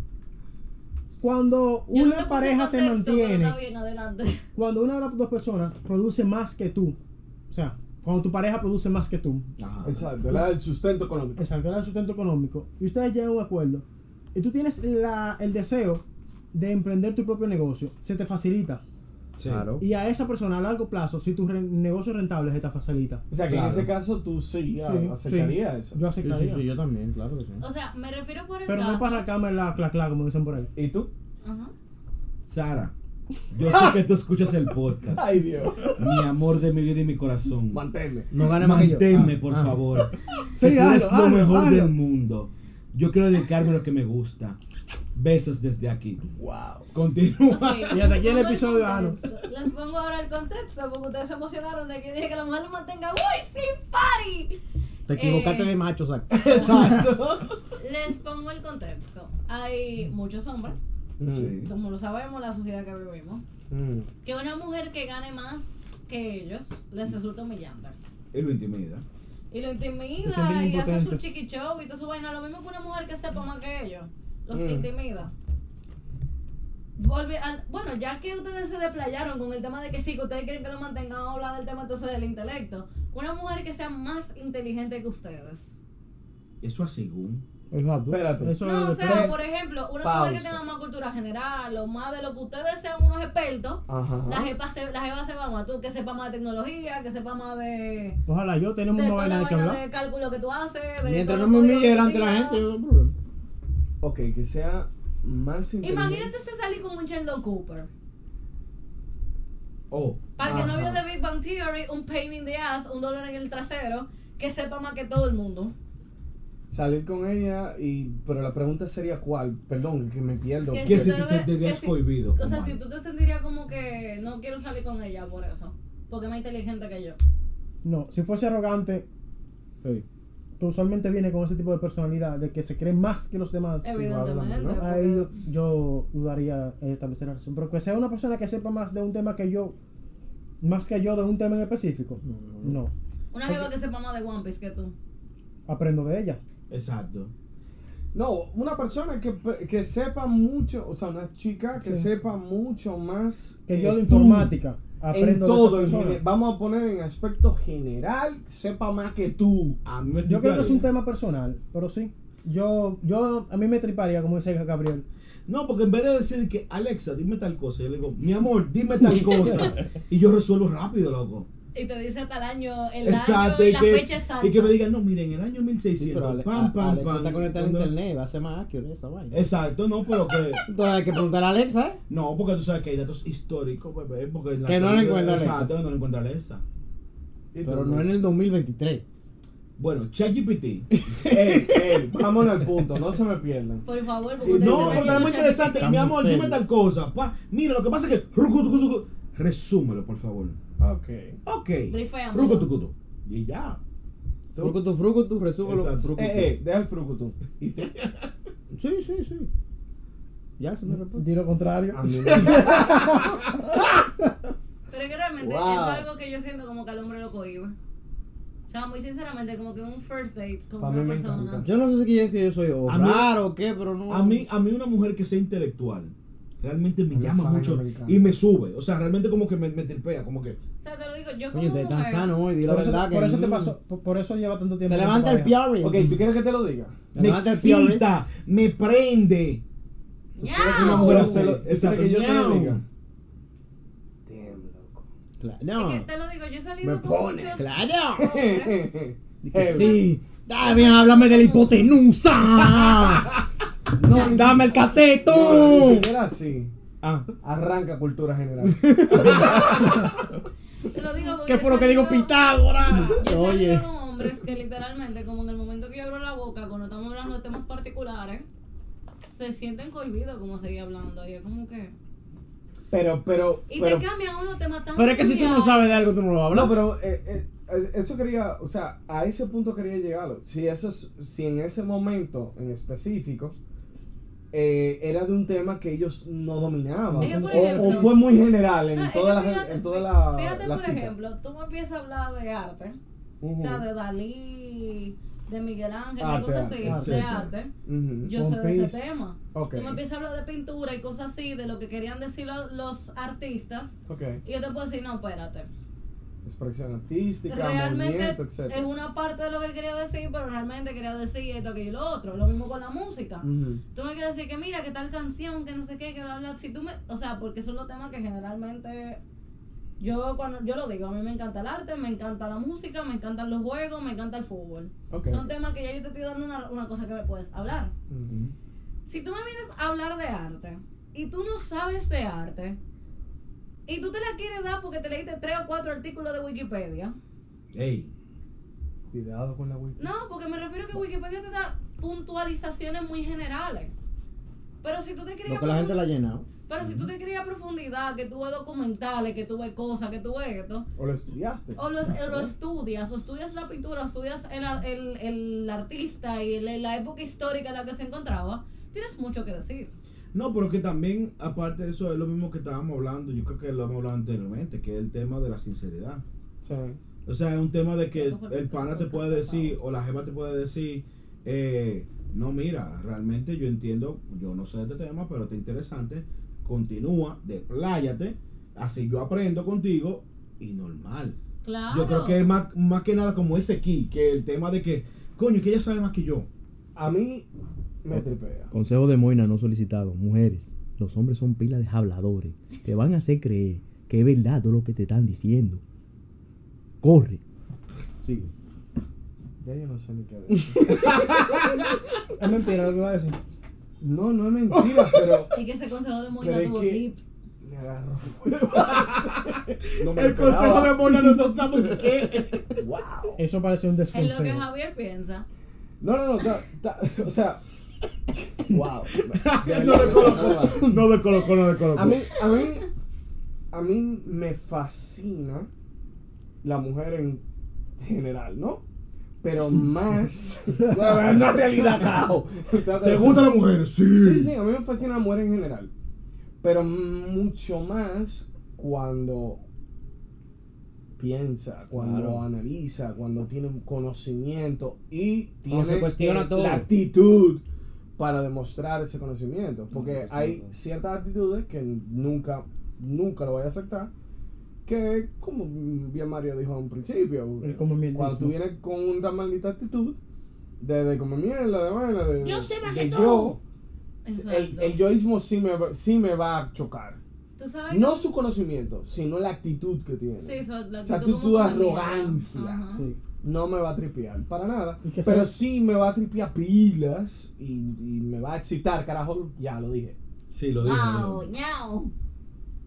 Speaker 5: Cuando
Speaker 3: Yo no
Speaker 5: una
Speaker 3: te puse
Speaker 5: pareja te
Speaker 3: contexto, pero
Speaker 5: mantiene,
Speaker 3: Está bien, adelante.
Speaker 5: cuando una de las dos personas produce más que tú, o sea, cuando tu pareja produce más que tú,
Speaker 6: Exacto, la del sustento económico.
Speaker 5: exacto, era el sustento económico, y ustedes llegan a un acuerdo, y tú tienes la- el deseo de emprender tu propio negocio, se te facilita.
Speaker 2: Claro.
Speaker 5: Y a esa persona a largo plazo, si tu re- negocio es rentable, se te facilita.
Speaker 6: O sea que
Speaker 2: Claro.
Speaker 6: en ese caso tú sí, ya,
Speaker 5: Sí,
Speaker 6: aceptarías eso.
Speaker 5: Yo
Speaker 1: Sí,
Speaker 5: aceptaría.
Speaker 1: sí, sí, yo también, claro que sí.
Speaker 3: O sea, me refiero por el
Speaker 5: Pero
Speaker 3: caso.
Speaker 5: no para cámara la cla cla, como dicen por ahí.
Speaker 6: ¿Y tú?
Speaker 3: Ajá.
Speaker 2: Sara, yo sé que tú escuchas el podcast.
Speaker 6: Ay Dios.
Speaker 2: Mi amor de mi vida y mi corazón.
Speaker 6: Manténme.
Speaker 4: No gana más que yo.
Speaker 2: Manténme,
Speaker 4: Ah,
Speaker 2: por
Speaker 4: ah.
Speaker 2: favor.
Speaker 5: Sí,
Speaker 2: Que tú
Speaker 5: hazlo,
Speaker 2: eres lo
Speaker 5: hazlo,
Speaker 2: mejor
Speaker 5: hazlo.
Speaker 2: del mundo. Yo quiero dedicarme a lo que me gusta. Besos desde aquí.
Speaker 6: Wow.
Speaker 2: Continúa.
Speaker 3: Ok,
Speaker 5: Y hasta aquí el
Speaker 3: pongo
Speaker 5: episodio, ah,
Speaker 3: contexto. Les pongo ahora el contexto porque ustedes se emocionaron de que dije que la mujer lo mantenga. ¡Uy, sin party!
Speaker 4: Te equivocaste
Speaker 3: Eh,
Speaker 4: de macho, Zac.
Speaker 3: Les pongo el contexto. Hay muchos hombres, como lo sabemos, la sociedad que vivimos,
Speaker 6: Mm.
Speaker 3: que una mujer que gane más que ellos les resulta humillante.
Speaker 2: Él lo intimida.
Speaker 3: Y lo
Speaker 5: Se sienten
Speaker 3: intimida y hace
Speaker 5: impotentes.
Speaker 3: su chiqui show y todo su vaina. Lo mismo que una mujer que sepa más que ellos. Los
Speaker 6: Mm.
Speaker 3: intimida. Volve al, bueno, ya que ustedes se desplayaron con el tema de que sí, que ustedes quieren que lo mantengan, vamos a hablar del tema entonces del intelecto. Una mujer que sea más inteligente que ustedes.
Speaker 2: Eso así, según.
Speaker 1: Exacto.
Speaker 6: Espérate.
Speaker 5: Eso
Speaker 3: No, o
Speaker 5: es
Speaker 3: sea, por ejemplo, una mujer que
Speaker 6: Pausa.
Speaker 3: tenga más cultura general o más de lo que ustedes sean unos expertos,
Speaker 6: Ajá.
Speaker 3: la jefa se, la jefa se va más. Tú que sepa más de tecnología, que sepa más de,
Speaker 5: Ojalá yo tenemos
Speaker 3: de
Speaker 5: una
Speaker 3: toda
Speaker 5: vaina
Speaker 3: la
Speaker 5: de que
Speaker 3: vaina
Speaker 5: hablar.
Speaker 3: de cálculo que tú haces. de
Speaker 1: Mientras
Speaker 3: todo
Speaker 1: no
Speaker 3: el
Speaker 1: me
Speaker 3: código
Speaker 1: humille
Speaker 3: que
Speaker 1: delante de la
Speaker 3: tira.
Speaker 1: gente, yo no tengo problema.
Speaker 6: Ok, que sea más inteligente.
Speaker 3: Imagínate si salí con un Sheldon Cooper.
Speaker 2: Oh.
Speaker 3: Para el que no
Speaker 6: Ajá.
Speaker 3: vio The Big Bang Theory, un pain in the ass, un dolor en el trasero, que sepa más que todo el mundo.
Speaker 6: Salir con ella y... Pero la pregunta sería cuál. Perdón, que me pierdo.
Speaker 3: Que
Speaker 2: ¿Qué
Speaker 3: si
Speaker 2: si te
Speaker 3: ustedes-
Speaker 2: sentirías
Speaker 3: que si-
Speaker 2: cohibido?
Speaker 3: O sea,
Speaker 2: Omar?
Speaker 3: si tú te sentirías como que no quiero salir con ella por eso, porque es más inteligente que yo.
Speaker 5: No, si fuese arrogante,
Speaker 1: Ey.
Speaker 5: que usualmente viene con ese tipo de personalidad, de que se cree más que los demás.
Speaker 3: Evidentemente.
Speaker 6: hablando,
Speaker 3: porque-
Speaker 5: Ahí yo, yo dudaría en establecer la relación. Pero que sea una persona que sepa más de un tema que yo, más que yo de un tema en específico. No,
Speaker 3: Una jeva que sepa más de One Piece que tú.
Speaker 5: aprendo de ella.
Speaker 2: Exacto.
Speaker 6: No, una persona que, que sepa mucho, o sea, una chica que
Speaker 5: Sí.
Speaker 6: sepa mucho más eh,
Speaker 5: Que yo de
Speaker 6: tú
Speaker 5: informática
Speaker 6: En
Speaker 5: aprendo
Speaker 6: todo,
Speaker 5: de
Speaker 6: en
Speaker 5: esa persona.
Speaker 6: gene- vamos a poner en aspecto general, sepa más que tú.
Speaker 2: A mí me
Speaker 5: Yo creo que es
Speaker 2: tripearía.
Speaker 5: un tema personal, pero sí. Yo, yo, a mí me triparía, como dice Gabriel.
Speaker 2: No, porque en vez de decir que Alexa, dime tal cosa, yo le digo, mi amor, dime tal cosa. y yo resuelvo rápido, loco.
Speaker 3: Y te dice hasta el año, el
Speaker 2: Exacto.
Speaker 3: año y
Speaker 2: Y
Speaker 3: la fecha
Speaker 2: que,
Speaker 3: exacta.
Speaker 2: y que me digan, no, miren, el año
Speaker 4: Sí, pero
Speaker 2: 1600.
Speaker 4: Ale-
Speaker 2: pam,
Speaker 4: a-
Speaker 2: pam,
Speaker 4: Alexa
Speaker 2: pam.
Speaker 4: está conectada al
Speaker 2: Cuando- Eh.
Speaker 4: internet, va a ser más accurate esa vaina.
Speaker 2: Exacto, no, pero que.
Speaker 4: Entonces hay que preguntar a Alexa, ¿eh?
Speaker 2: No, porque tú sabes que hay datos históricos, bebé. Porque en la
Speaker 4: Que no la encuentra Alexa.
Speaker 2: Exacto, que no la encuentra Alexa.
Speaker 6: Y
Speaker 4: Pero
Speaker 6: tú,
Speaker 4: no en el 2023.
Speaker 2: Bueno, ChatGPT.
Speaker 6: Ey, ey, vámonos al punto, no se me pierdan.
Speaker 3: Por favor, porque ustedes
Speaker 2: No,
Speaker 3: están
Speaker 2: porque es
Speaker 3: haciendo
Speaker 2: muy interesante.
Speaker 4: ChatGPT.
Speaker 2: Mi amor, dime
Speaker 4: Estamos
Speaker 2: tal cosa. Pa, mira, lo que pasa es que. Resúmelo, por favor.
Speaker 6: Ok.
Speaker 2: Ok.
Speaker 3: Briféamelo.
Speaker 2: Rucutucutu. Y ya.
Speaker 4: Frucutu, frucutu, resúmelo.
Speaker 2: Exacto.
Speaker 4: frucutu.
Speaker 6: Eh, eh, deja el frucutú. ¿Y tú?
Speaker 4: Sí, sí, sí. Ya se me responde.
Speaker 5: Di lo contrario.
Speaker 2: Ah,
Speaker 6: A mí no.
Speaker 3: Pero es que realmente
Speaker 6: Wow.
Speaker 3: eso es algo que yo siento como que al hombre lo cohibe. O sea, muy sinceramente, como que un first date con
Speaker 6: Pa' mí
Speaker 3: una
Speaker 6: me
Speaker 3: persona.
Speaker 6: encanta.
Speaker 4: Yo no sé si es que yo soy o
Speaker 2: A mí-
Speaker 4: raro o qué, pero no.
Speaker 2: A mí, a mí una mujer que sea intelectual, realmente me
Speaker 6: Una
Speaker 2: llama
Speaker 6: vaina
Speaker 2: mucho
Speaker 6: me encanta.
Speaker 2: y me sube. O sea, realmente como que me, me tripea, como que.
Speaker 3: O sea, te lo digo, yo como
Speaker 4: Coño, te
Speaker 3: mujer.
Speaker 4: tan sano hoy, di la
Speaker 5: Por eso,
Speaker 4: verdad.
Speaker 5: por
Speaker 4: que,
Speaker 5: eso te
Speaker 4: mm,
Speaker 5: pasó, por, por eso lleva tanto tiempo.
Speaker 4: Te
Speaker 5: con tu
Speaker 4: levanta el
Speaker 5: pareja.
Speaker 4: Piaurin.
Speaker 6: Ok, ¿tú quieres que te lo diga?
Speaker 2: Me
Speaker 4: Levanta el pie,
Speaker 2: excita, me prende.
Speaker 3: ¡Miau!
Speaker 2: una mujer
Speaker 6: ¿Tú quieres que
Speaker 2: Exacto.
Speaker 6: yo te lo
Speaker 2: Miau.
Speaker 6: diga? Damn, loco.
Speaker 4: Claro.
Speaker 3: Es que
Speaker 4: No.
Speaker 3: te lo digo, yo he salido
Speaker 6: Me
Speaker 3: con
Speaker 6: pone,
Speaker 3: muchos
Speaker 4: Claro.
Speaker 3: hombres.
Speaker 4: Di que
Speaker 6: Eh,
Speaker 4: sí. Dame, háblame de la hipotenusa. no, dame el
Speaker 6: No, ni
Speaker 4: cateto.
Speaker 6: siquiera así.
Speaker 4: Ah,
Speaker 6: Arranca cultura general.
Speaker 3: Te lo digo porque
Speaker 4: ¿Qué fue lo
Speaker 3: he
Speaker 4: que dijo
Speaker 3: salido-
Speaker 4: Pitágoras?
Speaker 3: Yo he salido
Speaker 4: Oye.
Speaker 3: con hombres que literalmente, como en el momento que yo abro la boca, cuando estamos hablando de temas particulares, se sienten cohibidos como seguir hablando. Y es como que.
Speaker 6: Pero, pero,
Speaker 3: Y
Speaker 6: pero,
Speaker 3: te cambian unos temas tan.
Speaker 4: Pero es que si tú no
Speaker 3: triviales.
Speaker 4: sabes de algo, tú no lo hablas.
Speaker 6: No, pero eh, eh, eh, eso quería, o sea, a ese punto quería llegarlo. Si, eso, es- si en ese momento en específico eh, era de un tema que ellos no dominaban.
Speaker 3: Es que, por
Speaker 6: o,
Speaker 3: ejemplo,
Speaker 6: o fue muy general en
Speaker 3: Ah, es que
Speaker 6: toda la,
Speaker 3: fíjate,
Speaker 6: en toda la,
Speaker 3: Fíjate,
Speaker 6: la
Speaker 3: por
Speaker 6: cita.
Speaker 3: ejemplo, tú me empiezas a hablar de arte,
Speaker 6: Ujú,
Speaker 3: o sea, de Dalí, de Miguel Ángel,
Speaker 6: Arte,
Speaker 3: de cosas así,
Speaker 6: arte,
Speaker 3: de
Speaker 2: arte.
Speaker 3: arte.
Speaker 6: ujú.
Speaker 3: Yo
Speaker 5: One
Speaker 3: sé de ese
Speaker 5: Piece.
Speaker 3: tema.
Speaker 6: Ok,
Speaker 3: Tú me empiezas a hablar de pintura y cosas así, de lo que querían decir lo- los artistas.
Speaker 6: ok.
Speaker 3: Y yo te puedo decir, no, espérate.
Speaker 6: Expresión artística,
Speaker 3: Realmente
Speaker 6: movimiento, etc.
Speaker 3: es una parte de lo que quería decir, pero realmente quería decir esto, aquello y lo otro. Lo mismo con la música.
Speaker 6: Ujú.
Speaker 3: Tú me quieres decir que mira, que tal canción, que no sé qué, que bla, bla. Si tú me, o sea, porque son los temas que generalmente yo cuando yo lo digo, a mí me encanta el arte, me encanta la música, me encantan los juegos, me encanta el fútbol.
Speaker 6: Ok.
Speaker 3: Son temas que ya yo te estoy dando una, una cosa que me puedes hablar.
Speaker 6: Ujú.
Speaker 3: Si tú me vienes a hablar de arte y tú no sabes de arte y tú te la quieres dar porque te leíste tres o cuatro artículos de Wikipedia.
Speaker 2: Ey.
Speaker 6: Cuidado con la wiki.
Speaker 3: No, porque me refiero a que Wikipedia te da puntualizaciones muy generales. Pero si tú te querías
Speaker 4: Lo que la gente la ha llenado.
Speaker 3: Pero si tú te querías profundidad, que tú ves documentales, que tú ves cosas, que tú ves esto,
Speaker 6: O lo estudiaste.
Speaker 3: o lo, o lo estudias, o estudias la pintura, o estudias el, ar- el, el artista y el- la época histórica en la que se encontraba, tienes mucho que decir.
Speaker 2: No, pero que también, aparte de eso, es lo mismo que estábamos hablando, yo creo que lo hemos hablado anteriormente, que es el tema de la sinceridad.
Speaker 6: Sí.
Speaker 2: O sea, es un tema de que
Speaker 3: Creo que fue
Speaker 2: el
Speaker 3: el
Speaker 2: pana te
Speaker 3: podcast
Speaker 2: puede decir, o la jefa te puede decir, eh, no, mira, realmente yo entiendo, yo no sé de este tema, pero está interesante, continúa, despláyate, así yo aprendo contigo y normal.
Speaker 3: Claro.
Speaker 2: Yo creo que es más, más que nada como ese aquí, que el tema de que, coño, que ella sabe más que yo.
Speaker 6: A mí me tripea.
Speaker 4: Consejo de Moina no solicitado. Mujeres, los hombres son pilas de habladores. Te van a hacer creer que es verdad todo lo que te están diciendo. Corre. Sigue.
Speaker 6: Ya yo no sé ni qué decir.
Speaker 5: Es mentira lo que iba a decir.
Speaker 6: No, no es mentira, pero
Speaker 3: Y que ese consejo de Moina
Speaker 6: Pero es
Speaker 3: tuvo
Speaker 6: que-
Speaker 3: deep.
Speaker 6: me agarró. no me
Speaker 2: el consejo de
Speaker 6: esperaba.
Speaker 2: Mona no estamos ¿qué?
Speaker 6: Wow.
Speaker 5: Eso pareció un
Speaker 3: Es lo que
Speaker 5: desconsejo.
Speaker 3: Javier piensa.
Speaker 6: No, no, no. ta- ta- o sea. Wow.
Speaker 2: No le colocó, no le colocó, no le colocó.
Speaker 6: A mí, a mí, a mí me fascina la mujer en general, ¿no? Pero más. Bueno, no es realidad, carajo.
Speaker 2: ¿Te gustan las mujeres? Sí.
Speaker 4: Mm.
Speaker 6: Sí, sí, a mí me fascina la mujer en general. Pero mucho más cuando piensa, cuando
Speaker 4: Claro.
Speaker 6: analiza, cuando tiene un conocimiento y tiene
Speaker 4: Cuando se cuestiona
Speaker 6: eh,
Speaker 4: todo.
Speaker 6: la actitud para demostrar ese conocimiento. Porque
Speaker 4: cuestiona
Speaker 6: hay
Speaker 4: todo.
Speaker 6: ciertas actitudes que nunca, nunca lo voy a aceptar. Que, como bien Mario dijo en principio,
Speaker 5: El comemierdismo.
Speaker 6: cuando tú vienes con una maldita actitud, de, de comer mierda, de vaina, de,
Speaker 3: Yo sé más
Speaker 6: de
Speaker 3: que tú.
Speaker 6: yo,
Speaker 3: Exacto.
Speaker 6: el, el yoísmo sí me, va- sí me va a chocar.
Speaker 3: ¿Tú sabes?
Speaker 6: No su conocimiento, sino la actitud que tiene.
Speaker 3: Sí, eso, la
Speaker 6: Esa
Speaker 3: actitud
Speaker 6: actitud
Speaker 3: como
Speaker 6: de
Speaker 3: colonial.
Speaker 6: arrogancia.
Speaker 3: Ajá.
Speaker 5: Sí.
Speaker 6: No me va a tripear, para nada.
Speaker 5: Y que sea-
Speaker 6: Pero sí me va a tripear pilas y, y me va a excitar, carajo. Ya lo dije.
Speaker 2: Sí, lo dije.
Speaker 3: Wow, ñau.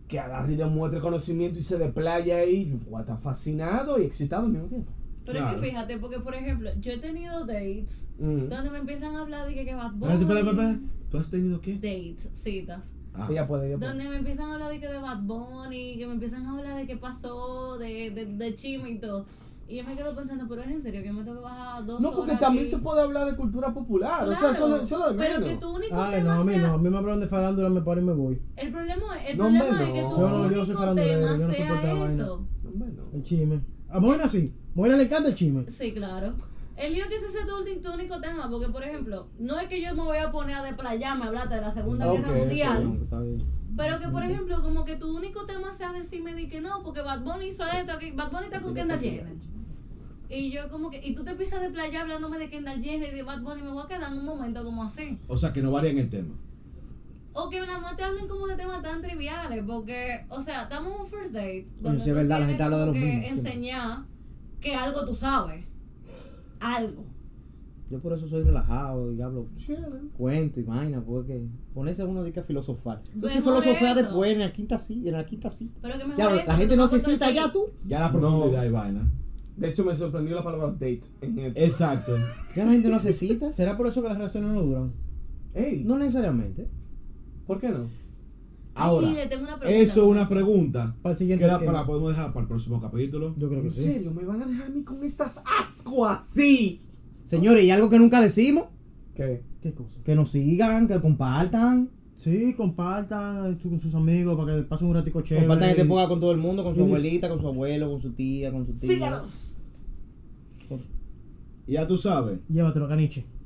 Speaker 6: Que agarre y demuestre conocimiento y se desplaya ahí. What the- fascinado y excitado al mismo tiempo.
Speaker 3: Pero es
Speaker 2: Claro.
Speaker 3: que fíjate, porque por ejemplo, yo he tenido dates
Speaker 6: Mm.
Speaker 3: donde me empiezan a hablar de que, que Bad Bunny.
Speaker 2: Espérate, espérate, espérate. ¿Tú has tenido qué?
Speaker 3: Dates, citas.
Speaker 2: Ah.
Speaker 6: Ella puede, ella puede.
Speaker 3: Donde me empiezan a hablar de que de Bad Bunny, que me empiezan a hablar de qué pasó, de, de, de chisme y todo. Y yo me quedo pensando, pero es en serio que me tengo que bajar dos
Speaker 6: No, porque
Speaker 3: horas
Speaker 6: también
Speaker 3: aquí?
Speaker 6: se puede hablar de cultura popular.
Speaker 3: Claro,
Speaker 6: o sea, eso, no- eso es lo de menos.
Speaker 3: Pero que tu único
Speaker 5: Ay, no,
Speaker 3: tema
Speaker 5: a mí
Speaker 3: sea.
Speaker 5: no. A mí me hablan de farándula, me paro y me voy.
Speaker 3: El problema, es- el
Speaker 6: No,
Speaker 3: problema
Speaker 6: hombre,
Speaker 3: es que
Speaker 6: no.
Speaker 3: tu
Speaker 6: Yo no-
Speaker 5: yo no soy
Speaker 3: único
Speaker 5: farandulero,
Speaker 3: tema
Speaker 5: yo no soporto
Speaker 3: sea
Speaker 5: vaina.
Speaker 3: eso.
Speaker 6: Hombre, no.
Speaker 5: El chisme. A Moira sí. Moira le encanta el chisme.
Speaker 3: Sí, claro. El lío es que ese sea tu, ulti- tu único tema, porque por ejemplo, no es que yo me voy a poner a desplayarme, a hablarte de la Segunda Guerra
Speaker 6: Ok,
Speaker 3: Mundial.
Speaker 4: Está bien.
Speaker 3: Pero que, por ejemplo, como que tu único tema sea decirme de que no, porque Bad Bunny hizo esto, que Bad Bunny está con Kendall Jenner. Y yo como que, y tú te empiezas de playa hablándome de Kendall Jenner y de Bad Bunny, me voy a quedar en un momento como así.
Speaker 2: O sea, que no varían el tema.
Speaker 3: O que nada más te hablen como de temas tan triviales, porque, o sea, estamos en un first date
Speaker 4: Coño,
Speaker 3: donde
Speaker 4: sí, es
Speaker 3: tú
Speaker 4: verdad, la
Speaker 3: tienes
Speaker 4: gente habla de
Speaker 3: como
Speaker 4: los
Speaker 3: que
Speaker 4: mismos, sí.
Speaker 3: enseñar que algo tú sabes. Algo.
Speaker 4: Yo por eso soy relajado y hablo
Speaker 6: Chévere.
Speaker 4: cuento y vaina, porque ponerse uno de que a filosofar. Yo sí
Speaker 3: Mejor
Speaker 4: filosofía
Speaker 3: eso.
Speaker 4: después en la quinta cita, en la quinta cita.
Speaker 3: Pero que mejor
Speaker 4: Ya,
Speaker 3: eso,
Speaker 4: la
Speaker 3: que
Speaker 4: gente
Speaker 3: tú
Speaker 4: no
Speaker 3: vas a
Speaker 4: se cita
Speaker 3: contar
Speaker 4: ya
Speaker 3: aquí.
Speaker 4: tú.
Speaker 2: Ya la profundidad y vaina.
Speaker 6: De hecho, me sorprendió la palabra date en
Speaker 2: Eh,
Speaker 6: el...
Speaker 2: Exacto.
Speaker 4: Ya la gente no se cita.
Speaker 5: ¿Será por eso que las relaciones no duran?
Speaker 6: Ey,
Speaker 4: No necesariamente.
Speaker 6: ¿por qué no?
Speaker 2: Ahora,
Speaker 3: Y le tengo una pregunta.
Speaker 2: eso es una pregunta
Speaker 5: Para el
Speaker 2: que
Speaker 5: siguiente
Speaker 2: la,
Speaker 5: tema.
Speaker 2: la podemos dejar para el próximo capítulo.
Speaker 5: Yo creo que
Speaker 6: ¿En
Speaker 5: sí.
Speaker 6: serio? ¿Me van a dejar a mí con estas ascuas? Sí.
Speaker 4: Señores, y algo que nunca decimos,
Speaker 6: ¿Qué?
Speaker 5: ¿Qué cosa?
Speaker 4: que nos sigan, que compartan,
Speaker 5: Sí, compartan su- con sus amigos para que pasen un ratico chévere.
Speaker 4: compartan este podcast con todo el mundo, con su abuelita, con su abuelo, con su tía, con su tía.
Speaker 6: Síganos.
Speaker 4: con su-
Speaker 2: Y ya tú sabes.
Speaker 5: Llévatelo, caniche.